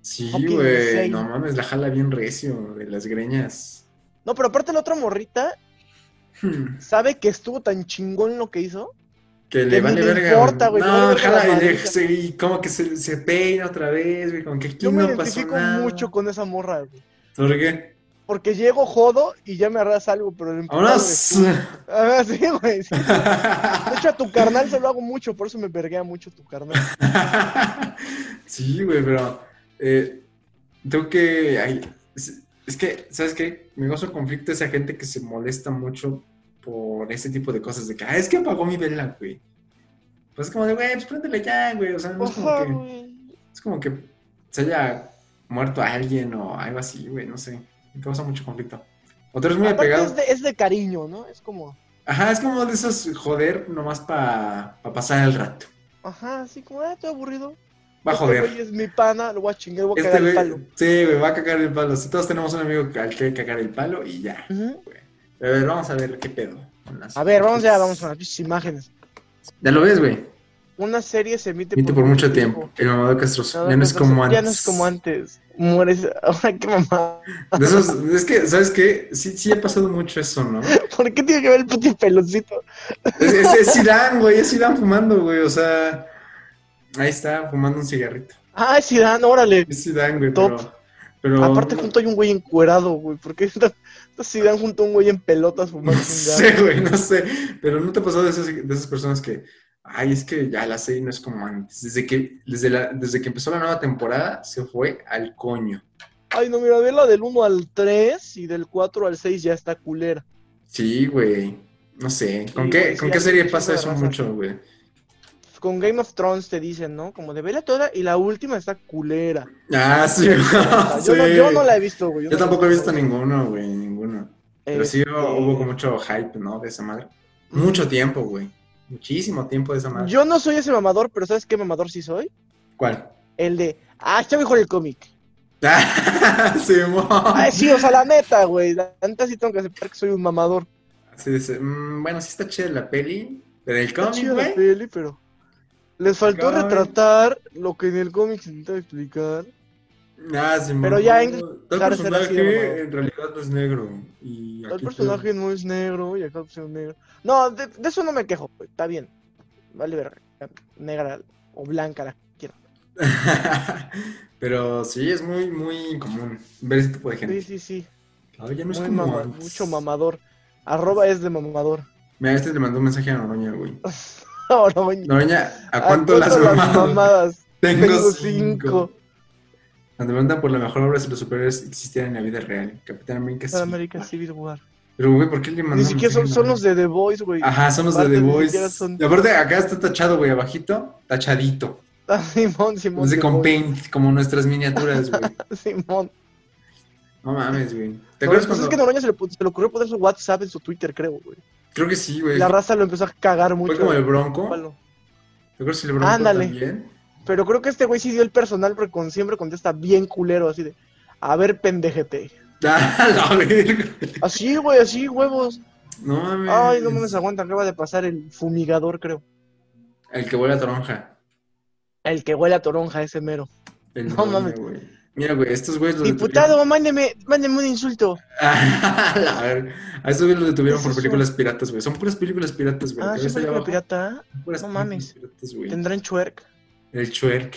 Speaker 1: Sí,
Speaker 2: Fucking
Speaker 1: güey,
Speaker 2: insane.
Speaker 1: no mames, la jala bien recio de las greñas.
Speaker 2: No, pero aparte la otra morrita
Speaker 1: Hmm,
Speaker 2: sabe que estuvo tan chingón lo que hizo.
Speaker 1: Que le
Speaker 2: Que
Speaker 1: vale
Speaker 2: ni le
Speaker 1: verga.
Speaker 2: importa,
Speaker 1: güey.
Speaker 2: güey, no
Speaker 1: No,
Speaker 2: le
Speaker 1: jala
Speaker 2: vale
Speaker 1: y, le-
Speaker 2: madre.
Speaker 1: se- y como que se, se peina otra vez, güey, como que aquí
Speaker 2: Yo me
Speaker 1: no pasó
Speaker 2: identifico
Speaker 1: nada.
Speaker 2: mucho con esa morra, güey.
Speaker 1: ¿Por qué?
Speaker 2: Porque llego, jodo y ya me agarras algo, pero el emputado eres
Speaker 1: ¡Vámonos!
Speaker 2: tú. Ah, *laughs* sí, güey. sí. De hecho, a tu carnal se lo hago mucho, por eso me verguea mucho
Speaker 1: *laughs*
Speaker 2: tu carnal.
Speaker 1: *laughs* sí, güey, pero. Eh, tengo que. ay, es, es que, ¿sabes qué? Me gozo conflicto esa gente que se molesta mucho por ese tipo de cosas. De que, ah, es que apagó mi vela, güey. Pues es como de, güey, pues préndele ya, güey. O sea, no es como
Speaker 2: Ajá,
Speaker 1: que.
Speaker 2: güey.
Speaker 1: Es como que se haya muerto alguien o algo así, güey, no sé. Me causa mucho conflicto. Otro es muy
Speaker 2: Aparte
Speaker 1: apegado.
Speaker 2: es de, es de cariño, ¿no? Es como,
Speaker 1: Ajá, es como de esos joder nomás para pasar el rato.
Speaker 2: ajá, así como, ah, estoy aburrido.
Speaker 1: Va a
Speaker 2: Este
Speaker 1: joder.
Speaker 2: güey es mi pana, lo voy a chingar, voy a
Speaker 1: Este
Speaker 2: cagar
Speaker 1: güey,
Speaker 2: el palo.
Speaker 1: sí, güey, va a cagar el palo. Sí, todos tenemos un amigo al que cagar el palo y ya.
Speaker 2: Ujú.
Speaker 1: A ver, vamos a ver qué pedo. con las-
Speaker 2: A ver, vamos ya, vamos con las pinches imágenes.
Speaker 1: Ya lo ves, güey.
Speaker 2: Una serie se emite
Speaker 1: Viste por mucho tiempo. El mamado castroso.
Speaker 2: Nada
Speaker 1: Ya no es
Speaker 2: más,
Speaker 1: como antes.
Speaker 2: Ya no es como antes. Mueres. *laughs* Ahora qué mamá.
Speaker 1: De esos- es que, ¿sabes qué? Sí, sí ha pasado mucho eso, ¿no?
Speaker 2: ¿Por qué tiene que ver el puto peloncito?
Speaker 1: Es, es, es Zidane, güey, es Zidane fumando, güey, o sea, ahí está, fumando un cigarrito.
Speaker 2: Ah, sí, Dan, órale.
Speaker 1: Es Zidane, güey,
Speaker 2: Top.
Speaker 1: pero... pero
Speaker 2: Aparte,
Speaker 1: no-
Speaker 2: junto hay un güey encuerado, güey. ¿Por *laughs* qué está, está Zidane junto a un güey en pelotas pues,
Speaker 1: No
Speaker 2: fumando un gato?
Speaker 1: sé, güey, no sé, pero ¿no te ha pasado de esas, de esas personas que, ay, es que ya la serie no es como antes? Desde que, desde, la, desde que empezó la nueva temporada, se fue al coño.
Speaker 2: Ay, no, mira, ve la del 1 al 3 y del 4 al 6 ya está culera.
Speaker 1: Sí, güey, no sé, ¿con
Speaker 2: Sí,
Speaker 1: qué,
Speaker 2: güey, sí,
Speaker 1: ¿con qué
Speaker 2: hay
Speaker 1: serie
Speaker 2: un
Speaker 1: pasa
Speaker 2: chingo de
Speaker 1: eso
Speaker 2: raza.
Speaker 1: mucho, güey?
Speaker 2: pues, Con Game of Thrones te dicen, ¿no? Como de vela toda y la última está culera.
Speaker 1: Ah, sí,
Speaker 2: O sea, *laughs* yo, no,
Speaker 1: sí.
Speaker 2: yo no la he visto, güey.
Speaker 1: Yo
Speaker 2: no la
Speaker 1: tampoco he visto ninguno, güey, ninguno. Pero sí
Speaker 2: Este,
Speaker 1: hubo hubo como mucho hype, ¿no? De esa madre. Mucho tiempo, güey. Muchísimo tiempo de esa madre.
Speaker 2: Yo no soy ese mamador, pero ¿sabes qué mamador sí soy?
Speaker 1: ¿Cuál? *laughs*
Speaker 2: El de, ah, está mejor el cómic.
Speaker 1: Simón.
Speaker 2: Ah, sí, o sea, la neta, güey. La neta sí tengo que aceptar que soy un mamador.
Speaker 1: Así dice, mm, bueno, sí está chida la peli, pero el
Speaker 2: Está
Speaker 1: cómic,
Speaker 2: chida la
Speaker 1: güey.
Speaker 2: peli, pero. Les faltó
Speaker 1: Ay.
Speaker 2: retratar lo que en el cómic se intenta explicar.
Speaker 1: Ah, Simón.
Speaker 2: Pero ya en-
Speaker 1: Tal
Speaker 2: claro, será así de mamado.
Speaker 1: personaje en realidad no es negro. Y
Speaker 2: El
Speaker 1: aquí
Speaker 2: personaje no es negro y acá pusieron negro. No, de, de eso no me quejo, güey. Está bien. Vale, verga. Negra o blanca, la que quiera.
Speaker 1: todo. *laughs* pero sí, es muy, muy común ver ese tipo de gente.
Speaker 2: Sí, sí, sí.
Speaker 1: Ahora ya no es
Speaker 2: Muy
Speaker 1: como
Speaker 2: mama-
Speaker 1: antes.
Speaker 2: mucho mamador. Arroba es de mamador. *laughs* Oh,
Speaker 1: Mira, este le mandó un mensaje a Noroña, güey.
Speaker 2: Ahora, güey.
Speaker 1: Noroña, ¿a cuánto las
Speaker 2: cuánto
Speaker 1: mamás?
Speaker 2: Ah, mamadas?
Speaker 1: *laughs* Tengo,
Speaker 2: Tengo
Speaker 1: cinco.
Speaker 2: cinco.
Speaker 1: Cuando preguntan por la mejor obra si los superhéroes existieran en la vida real. Capitán América sí.
Speaker 2: América Civil War.
Speaker 1: Pero, güey, ¿por qué le
Speaker 2: Ni
Speaker 1: mandaron?
Speaker 2: siquiera son, son los de The Voice, güey.
Speaker 1: Ajá, son los de
Speaker 2: Aparte,
Speaker 1: The
Speaker 2: ni
Speaker 1: Voice.
Speaker 2: siquiera son-
Speaker 1: Y aparte, acá está tachado, güey, abajito. Tachadito.
Speaker 2: *laughs* Ah, Simón, Simón.
Speaker 1: Así
Speaker 2: The
Speaker 1: con
Speaker 2: Voice.
Speaker 1: paint, como nuestras miniaturas,
Speaker 2: *laughs*
Speaker 1: güey.
Speaker 2: Simón.
Speaker 1: No mames, güey. ¿Te
Speaker 2: ¿Te
Speaker 1: acuerdas
Speaker 2: acuerdas
Speaker 1: cuando...?
Speaker 2: pues Es que Noroña se le, pu- se le ocurrió poner su WhatsApp en su Twitter, creo, güey.
Speaker 1: Creo que sí, güey.
Speaker 2: La raza lo empezó a cagar mucho.
Speaker 1: Pues Fue como el Bronco.
Speaker 2: Palo.
Speaker 1: ¿Te acuerdas del Bronco
Speaker 2: Ándale.
Speaker 1: también? *laughs*
Speaker 2: Pero creo que este güey sí dio el personal, porque con, siempre contesta bien culero, así de. A ver, pendejete.
Speaker 1: Ah, la verga.
Speaker 2: Así, güey,
Speaker 1: *laughs*
Speaker 2: así, huevos.
Speaker 1: No mames.
Speaker 2: Ay, no mames, aguanta, acaba de pasar el fumigador, creo.
Speaker 1: El que huele a toronja.
Speaker 2: El que huele a toronja, ese mero.
Speaker 1: El
Speaker 2: No
Speaker 1: Noroña,
Speaker 2: mames.
Speaker 1: güey. Mira, güey, estos güeyes los detuvieron-
Speaker 2: Diputado, mándeme, mándeme un insulto.
Speaker 1: *laughs* a ver, a esos güeyes los detuvieron
Speaker 2: ¿Qué
Speaker 1: por
Speaker 2: es eso?
Speaker 1: películas piratas, güey. Son puras películas piratas, güey.
Speaker 2: Ah,
Speaker 1: Que
Speaker 2: sí,
Speaker 1: ves ahí
Speaker 2: película
Speaker 1: abajo,
Speaker 2: pirata.
Speaker 1: puras
Speaker 2: No
Speaker 1: películas
Speaker 2: mames.
Speaker 1: piratas, güey.
Speaker 2: ¿Tendrán chuerk?
Speaker 1: El chuerk.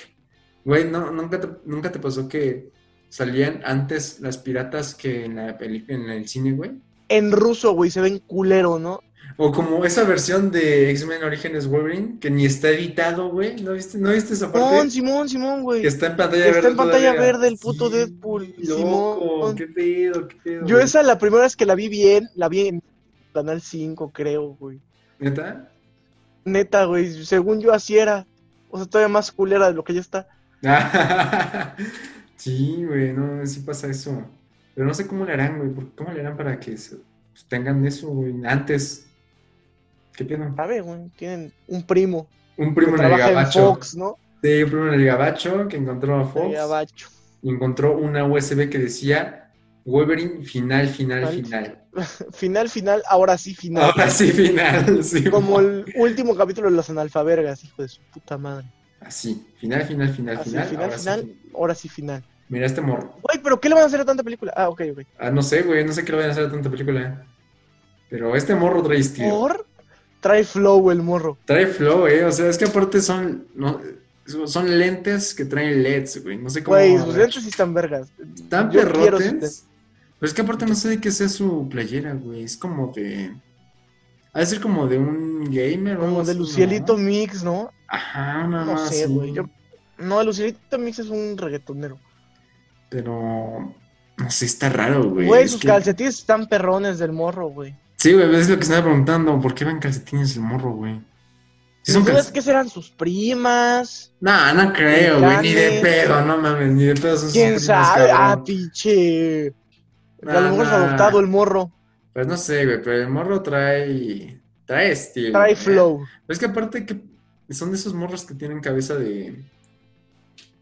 Speaker 1: Güey, no, nunca te, nunca te pasó que salían antes las piratas que en la peli- en el cine, güey.
Speaker 2: En ruso, güey, se ven culero, ¿no?
Speaker 1: O como esa versión de X-Men Orígenes Wolverine, que ni está editado, güey. ¿No viste, ¿No viste esa parte?
Speaker 2: Simón, Simón, Simón,
Speaker 1: que
Speaker 2: güey.
Speaker 1: está en pantalla
Speaker 2: que
Speaker 1: verde.
Speaker 2: está en pantalla
Speaker 1: todavía.
Speaker 2: verde el puto Deadpool,
Speaker 1: Loco,
Speaker 2: Simón.
Speaker 1: qué pedo, qué pedo.
Speaker 2: Yo
Speaker 1: güey.
Speaker 2: esa la primera vez que la vi bien, la vi en Canal 5, creo, güey.
Speaker 1: ¿Neta? *laughs*
Speaker 2: Neta, güey, según yo así era. O sea, todavía más culera de lo que ya está.
Speaker 1: sí, güey, no, sí pasa eso. Pero no sé cómo le harán, güey, porque ¿cómo le harán para que se- pues, tengan eso, güey, antes? ¿Qué pedo?
Speaker 2: A ver, güey, tienen un primo
Speaker 1: Un
Speaker 2: que
Speaker 1: primo en el
Speaker 2: trabaja en
Speaker 1: gabacho.
Speaker 2: Fox, ¿no?
Speaker 1: Sí, un primo en el gabacho que encontró a
Speaker 2: El
Speaker 1: Fox
Speaker 2: gabacho. *laughs*
Speaker 1: y encontró una USB que decía Wolverine final, final,
Speaker 2: Final.
Speaker 1: final.
Speaker 2: Final, final, ahora sí,
Speaker 1: *laughs*
Speaker 2: final.
Speaker 1: Ahora sí, final. *laughs* sí,
Speaker 2: Como el último capítulo de las analfabergas, hijo de su puta madre.
Speaker 1: Así, final, final, final,
Speaker 2: Así,
Speaker 1: final.
Speaker 2: final,
Speaker 1: ahora sí,
Speaker 2: final, ahora sí, final.
Speaker 1: Mira este morro.
Speaker 2: Güey, pero ¿qué le van a hacer a tanta película? Ah, ok, ok.
Speaker 1: Ah, no sé, güey, no sé qué le vayan a hacer a tanta película. eh. Pero este morro trae estilo.
Speaker 2: ¿Por? Trae flow el morro.
Speaker 1: Trae flow, eh. O sea, es que aparte son, no, son lentes que traen LEDs, güey. No sé cómo.
Speaker 2: Güey, sus lentes sí están vergas.
Speaker 1: Están
Speaker 2: yo quiero
Speaker 1: perrotes.
Speaker 2: sus lentes.
Speaker 1: Pero es que aparte no sé de qué sea su playera, güey. Es como de. Ha de ser como de un gamer o algo
Speaker 2: Como de
Speaker 1: así,
Speaker 2: Lucielito
Speaker 1: ¿no? Ah,
Speaker 2: Mix, ¿no?
Speaker 1: Ajá, una
Speaker 2: No
Speaker 1: más
Speaker 2: sé,
Speaker 1: así.
Speaker 2: güey. yo- No, Lucielito Mix es un reggaetonero.
Speaker 1: Pero. No sé, está raro, güey.
Speaker 2: Güey,
Speaker 1: Es
Speaker 2: sus
Speaker 1: que-
Speaker 2: calcetines están perrones del morro, güey.
Speaker 1: Sí, güey, es lo que estaba preguntando. ¿Por qué van calcetines el morro, güey? Si son
Speaker 2: ¿Sabes
Speaker 1: calcetines.
Speaker 2: qué serán sus primas?
Speaker 1: No, no creo, güey, ni de
Speaker 2: Ganes.
Speaker 1: pedo, no mames, ni de pedo son sus
Speaker 2: ¿Quién
Speaker 1: primas,
Speaker 2: sabe?
Speaker 1: cabrón.
Speaker 2: Ah, pinche. A
Speaker 1: Nah,
Speaker 2: lo mejor es
Speaker 1: nah.
Speaker 2: adoptado el morro.
Speaker 1: Pues no sé, güey, pero el morro trae. Trae estilo.
Speaker 2: Trae
Speaker 1: güey.
Speaker 2: flow.
Speaker 1: Pero es que aparte que son de esos morros que tienen cabeza de.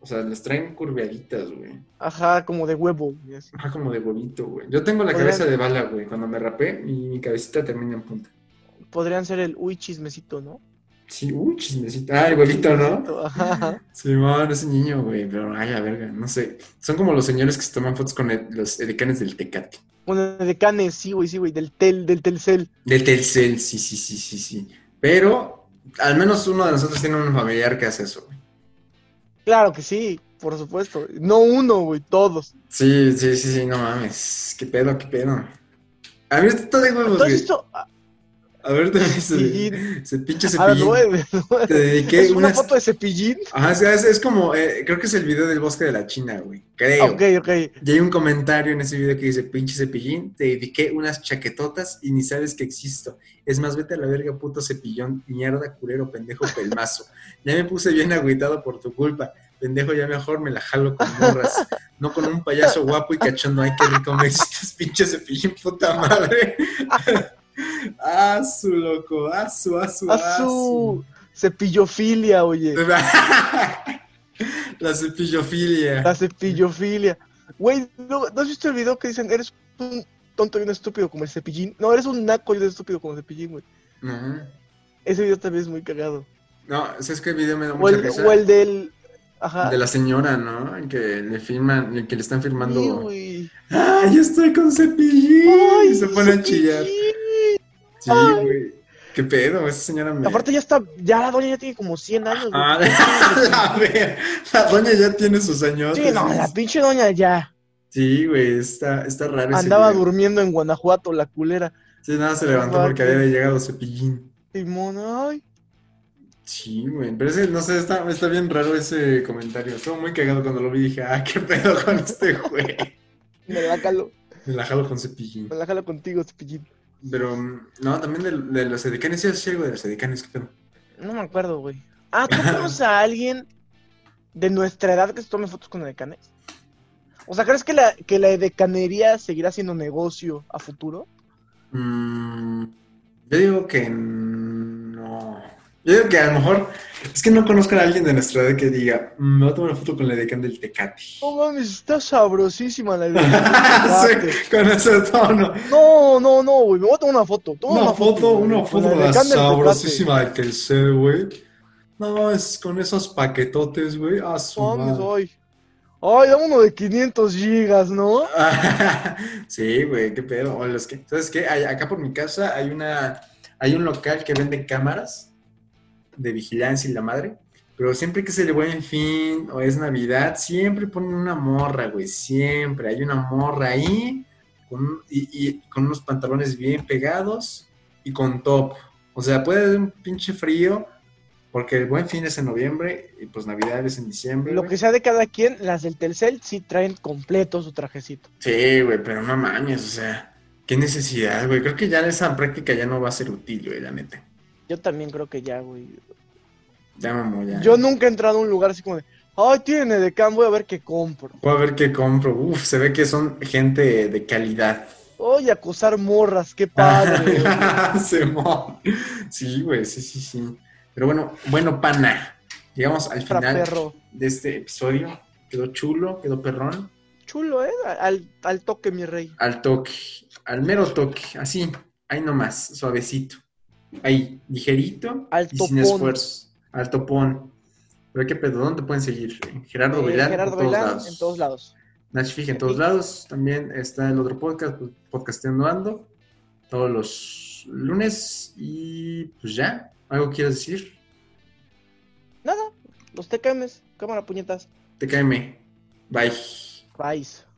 Speaker 1: O sea, les traen curveaditas, güey.
Speaker 2: Ajá, como de huevo. y así.
Speaker 1: Ajá, como de huevito, güey. Yo tengo la
Speaker 2: Oigan.
Speaker 1: cabeza de bala, güey. Cuando me rapé, mi, mi cabecita termina en punta.
Speaker 2: Podrían ser el uy chismecito, ¿no?
Speaker 1: Sí, uy, chismecita. Ah, el huevito, ¿no?
Speaker 2: Ajá.
Speaker 1: Simón, ese niño, güey, pero ay, la verga, no sé. Son como los señores que se toman fotos con el- los edecanes del Tecate.
Speaker 2: Bueno, de canes, sí, güey, sí, güey. Del tel, del telcel.
Speaker 1: De Telcel, sí, sí, sí, sí, sí. Pero al menos uno de nosotros tiene un familiar que hace eso. güey.
Speaker 2: Claro que sí, por supuesto. No uno, güey, todos.
Speaker 1: Sí, sí, sí, sí, no mames. Qué pedo, qué pedo. A ver, esto de huevos,
Speaker 2: Entonces
Speaker 1: güey.
Speaker 2: esto, a
Speaker 1: A ver, te
Speaker 2: *laughs*
Speaker 1: ese,
Speaker 2: Cepillín.
Speaker 1: ese pinche
Speaker 2: a ver,
Speaker 1: cepillín.
Speaker 2: lo voy a ver, lo voy a
Speaker 1: Te
Speaker 2: ver.
Speaker 1: dediqué
Speaker 2: ¿Es una
Speaker 1: unas-
Speaker 2: foto de cepillín?
Speaker 1: Ajá, o sea, es, es como, eh, creo que es el video del bosque de la China, güey. Creo.
Speaker 2: Ok, ok.
Speaker 1: Y hay un comentario en ese video que dice, pinche cepillín, te dediqué unas chaquetotas y ni sabes que existo. Es más, vete a la verga, puto cepillón, mierda, culero, pendejo, pelmazo. Ya me puse bien agüitado por tu culpa. Pendejo, ya mejor me la jalo con morras. No con un payaso guapo y cachondo. Ay, qué rico me hiciste, *laughs* pinche cepillín, puta madre. Asu, loco, asu, asu, *laughs*
Speaker 2: A su cepillofilia, oye.
Speaker 1: La cepillofilia.
Speaker 2: La cepillofilia. Güey, ¿no, ¿no has visto el video que dicen eres un tonto y un estúpido como el cepillín? No, eres un naco y un estúpido como el cepillín, güey.
Speaker 1: Ajá.
Speaker 2: Ese video también es muy cagado.
Speaker 1: No, ¿sabes qué video me da
Speaker 2: O
Speaker 1: mucha
Speaker 2: el,
Speaker 1: risa?
Speaker 2: o el del. Ajá.
Speaker 1: De la señora, ¿no? En Que le firman, en que le están firmando.
Speaker 2: Sí, güey.
Speaker 1: ¡Ah, yo estoy con cepillín! y
Speaker 2: Ay,
Speaker 1: se pone a chillar.
Speaker 2: Cepillín.
Speaker 1: Sí,
Speaker 2: Ay.
Speaker 1: güey. ¿Qué pedo? Esa señora me.
Speaker 2: Aparte ya está, ya la doña ya tiene como 100 años, güey.
Speaker 1: *laughs* Ah, la, ver- la doña ya tiene sus años.
Speaker 2: Sí, no, la pinche doña ya
Speaker 1: Sí, güey, está, está raro ese
Speaker 2: andaba
Speaker 1: video.
Speaker 2: durmiendo en Guanajuato, la culera.
Speaker 1: Sí, nada, se levantó porque había llegado cepillín.
Speaker 2: Simón, ay.
Speaker 1: Sí, güey, pero ese, no sé, está, está bien raro ese comentario. Estuvo muy cagado cuando lo vi y dije, ah, qué pedo con este güey. *laughs*
Speaker 2: Me la jalo,
Speaker 1: Me la jalo con cepillín.
Speaker 2: me la jalo contigo, cepillín.
Speaker 1: Pero, mm, no, también de, de los edecanes, sí, sí, algo de los edecanes, qué pedo.
Speaker 2: No me acuerdo, güey. Ah, ¿tú conoces a alguien de nuestra edad que se tome fotos con edecanes? O sea, ¿crees que la, que la edecanería seguirá siendo negocio a futuro?
Speaker 1: Mm, yo digo que no. Yo digo que a lo mejor, es que no conozco a alguien de nuestra edad que diga, "Mm, me voy a tomar una foto con el edecán del
Speaker 2: *laughs*
Speaker 1: Tecate. Ah,
Speaker 2: No mames, está sabrosísima *laughs* la
Speaker 1: Sí,
Speaker 2: edecane.
Speaker 1: con ese tono.
Speaker 2: No, no, no, güey, me voy a tomar una foto. toma
Speaker 1: Una foto,
Speaker 2: güey,
Speaker 1: una
Speaker 2: con
Speaker 1: foto
Speaker 2: la
Speaker 1: de la
Speaker 2: edecán del Tecate.
Speaker 1: sabrosísima del Telcel, güey. No, es con esos paquetotes, güey. A su
Speaker 2: Mames,
Speaker 1: madre.
Speaker 2: ay. Ay, da uno de 500 gigas, ¿no?
Speaker 1: *laughs* Sí, güey, qué pedo. O los que, ¿Sabes qué? Hay- acá por mi casa hay una, hay un local que vende cámaras de vigilancia y la madre. Pero siempre que se le buen fin o es Navidad, siempre ponen una morra, güey. Siempre hay una morra ahí con, un- y, y con unos pantalones bien pegados y con top. O sea, puede haber un pinche frío porque el buen fin es en noviembre y pues Navidad es en diciembre.
Speaker 2: Lo
Speaker 1: güey.
Speaker 2: que sea de cada quien, las del Telcel sí traen completo su trajecito.
Speaker 1: Sí, güey, pero no mames, o sea. Qué necesidad, güey. Creo que ya esa práctica ya no va a ser útil, güey, la neta.
Speaker 2: Yo también creo que ya, güey.
Speaker 1: Ya, mamó, ya.
Speaker 2: Yo nunca he entrado a un lugar así como de, ay, tiene de can, voy a ver qué compro.
Speaker 1: Voy a ver qué compro. Uf, se ve que son gente de calidad.
Speaker 2: Voy a acosar
Speaker 1: *laughs*
Speaker 2: morras, qué padre. güey.
Speaker 1: Se mo- sí, güey, sí, sí, sí. Pero bueno, bueno, pana. Llegamos al
Speaker 2: Fra
Speaker 1: final
Speaker 2: perro.
Speaker 1: de este episodio. Quedó chulo, quedó perrón.
Speaker 2: Chulo, ¿eh? Al, al toque, mi rey.
Speaker 1: Al toque, al mero toque, así, ahí nomás, suavecito. Ahí, ligerito
Speaker 2: Al
Speaker 1: y sin
Speaker 2: topón.
Speaker 1: esfuerzo. Al topón. Pero qué pedo, ¿dónde te pueden seguir? Gerardo
Speaker 2: Eh,
Speaker 1: Bailán,
Speaker 2: Gerardo
Speaker 1: en todos
Speaker 2: Bailán,
Speaker 1: lados.
Speaker 2: en todos lados.
Speaker 1: Nash Fig en todos lados. También está el otro podcast, pues, Podcasteando Ando, todos los lunes. Y pues ya, ¿algo quieres decir?
Speaker 2: Nada, los tecames, cámara puñetas.
Speaker 1: Te caeme. Bye.
Speaker 2: Bye.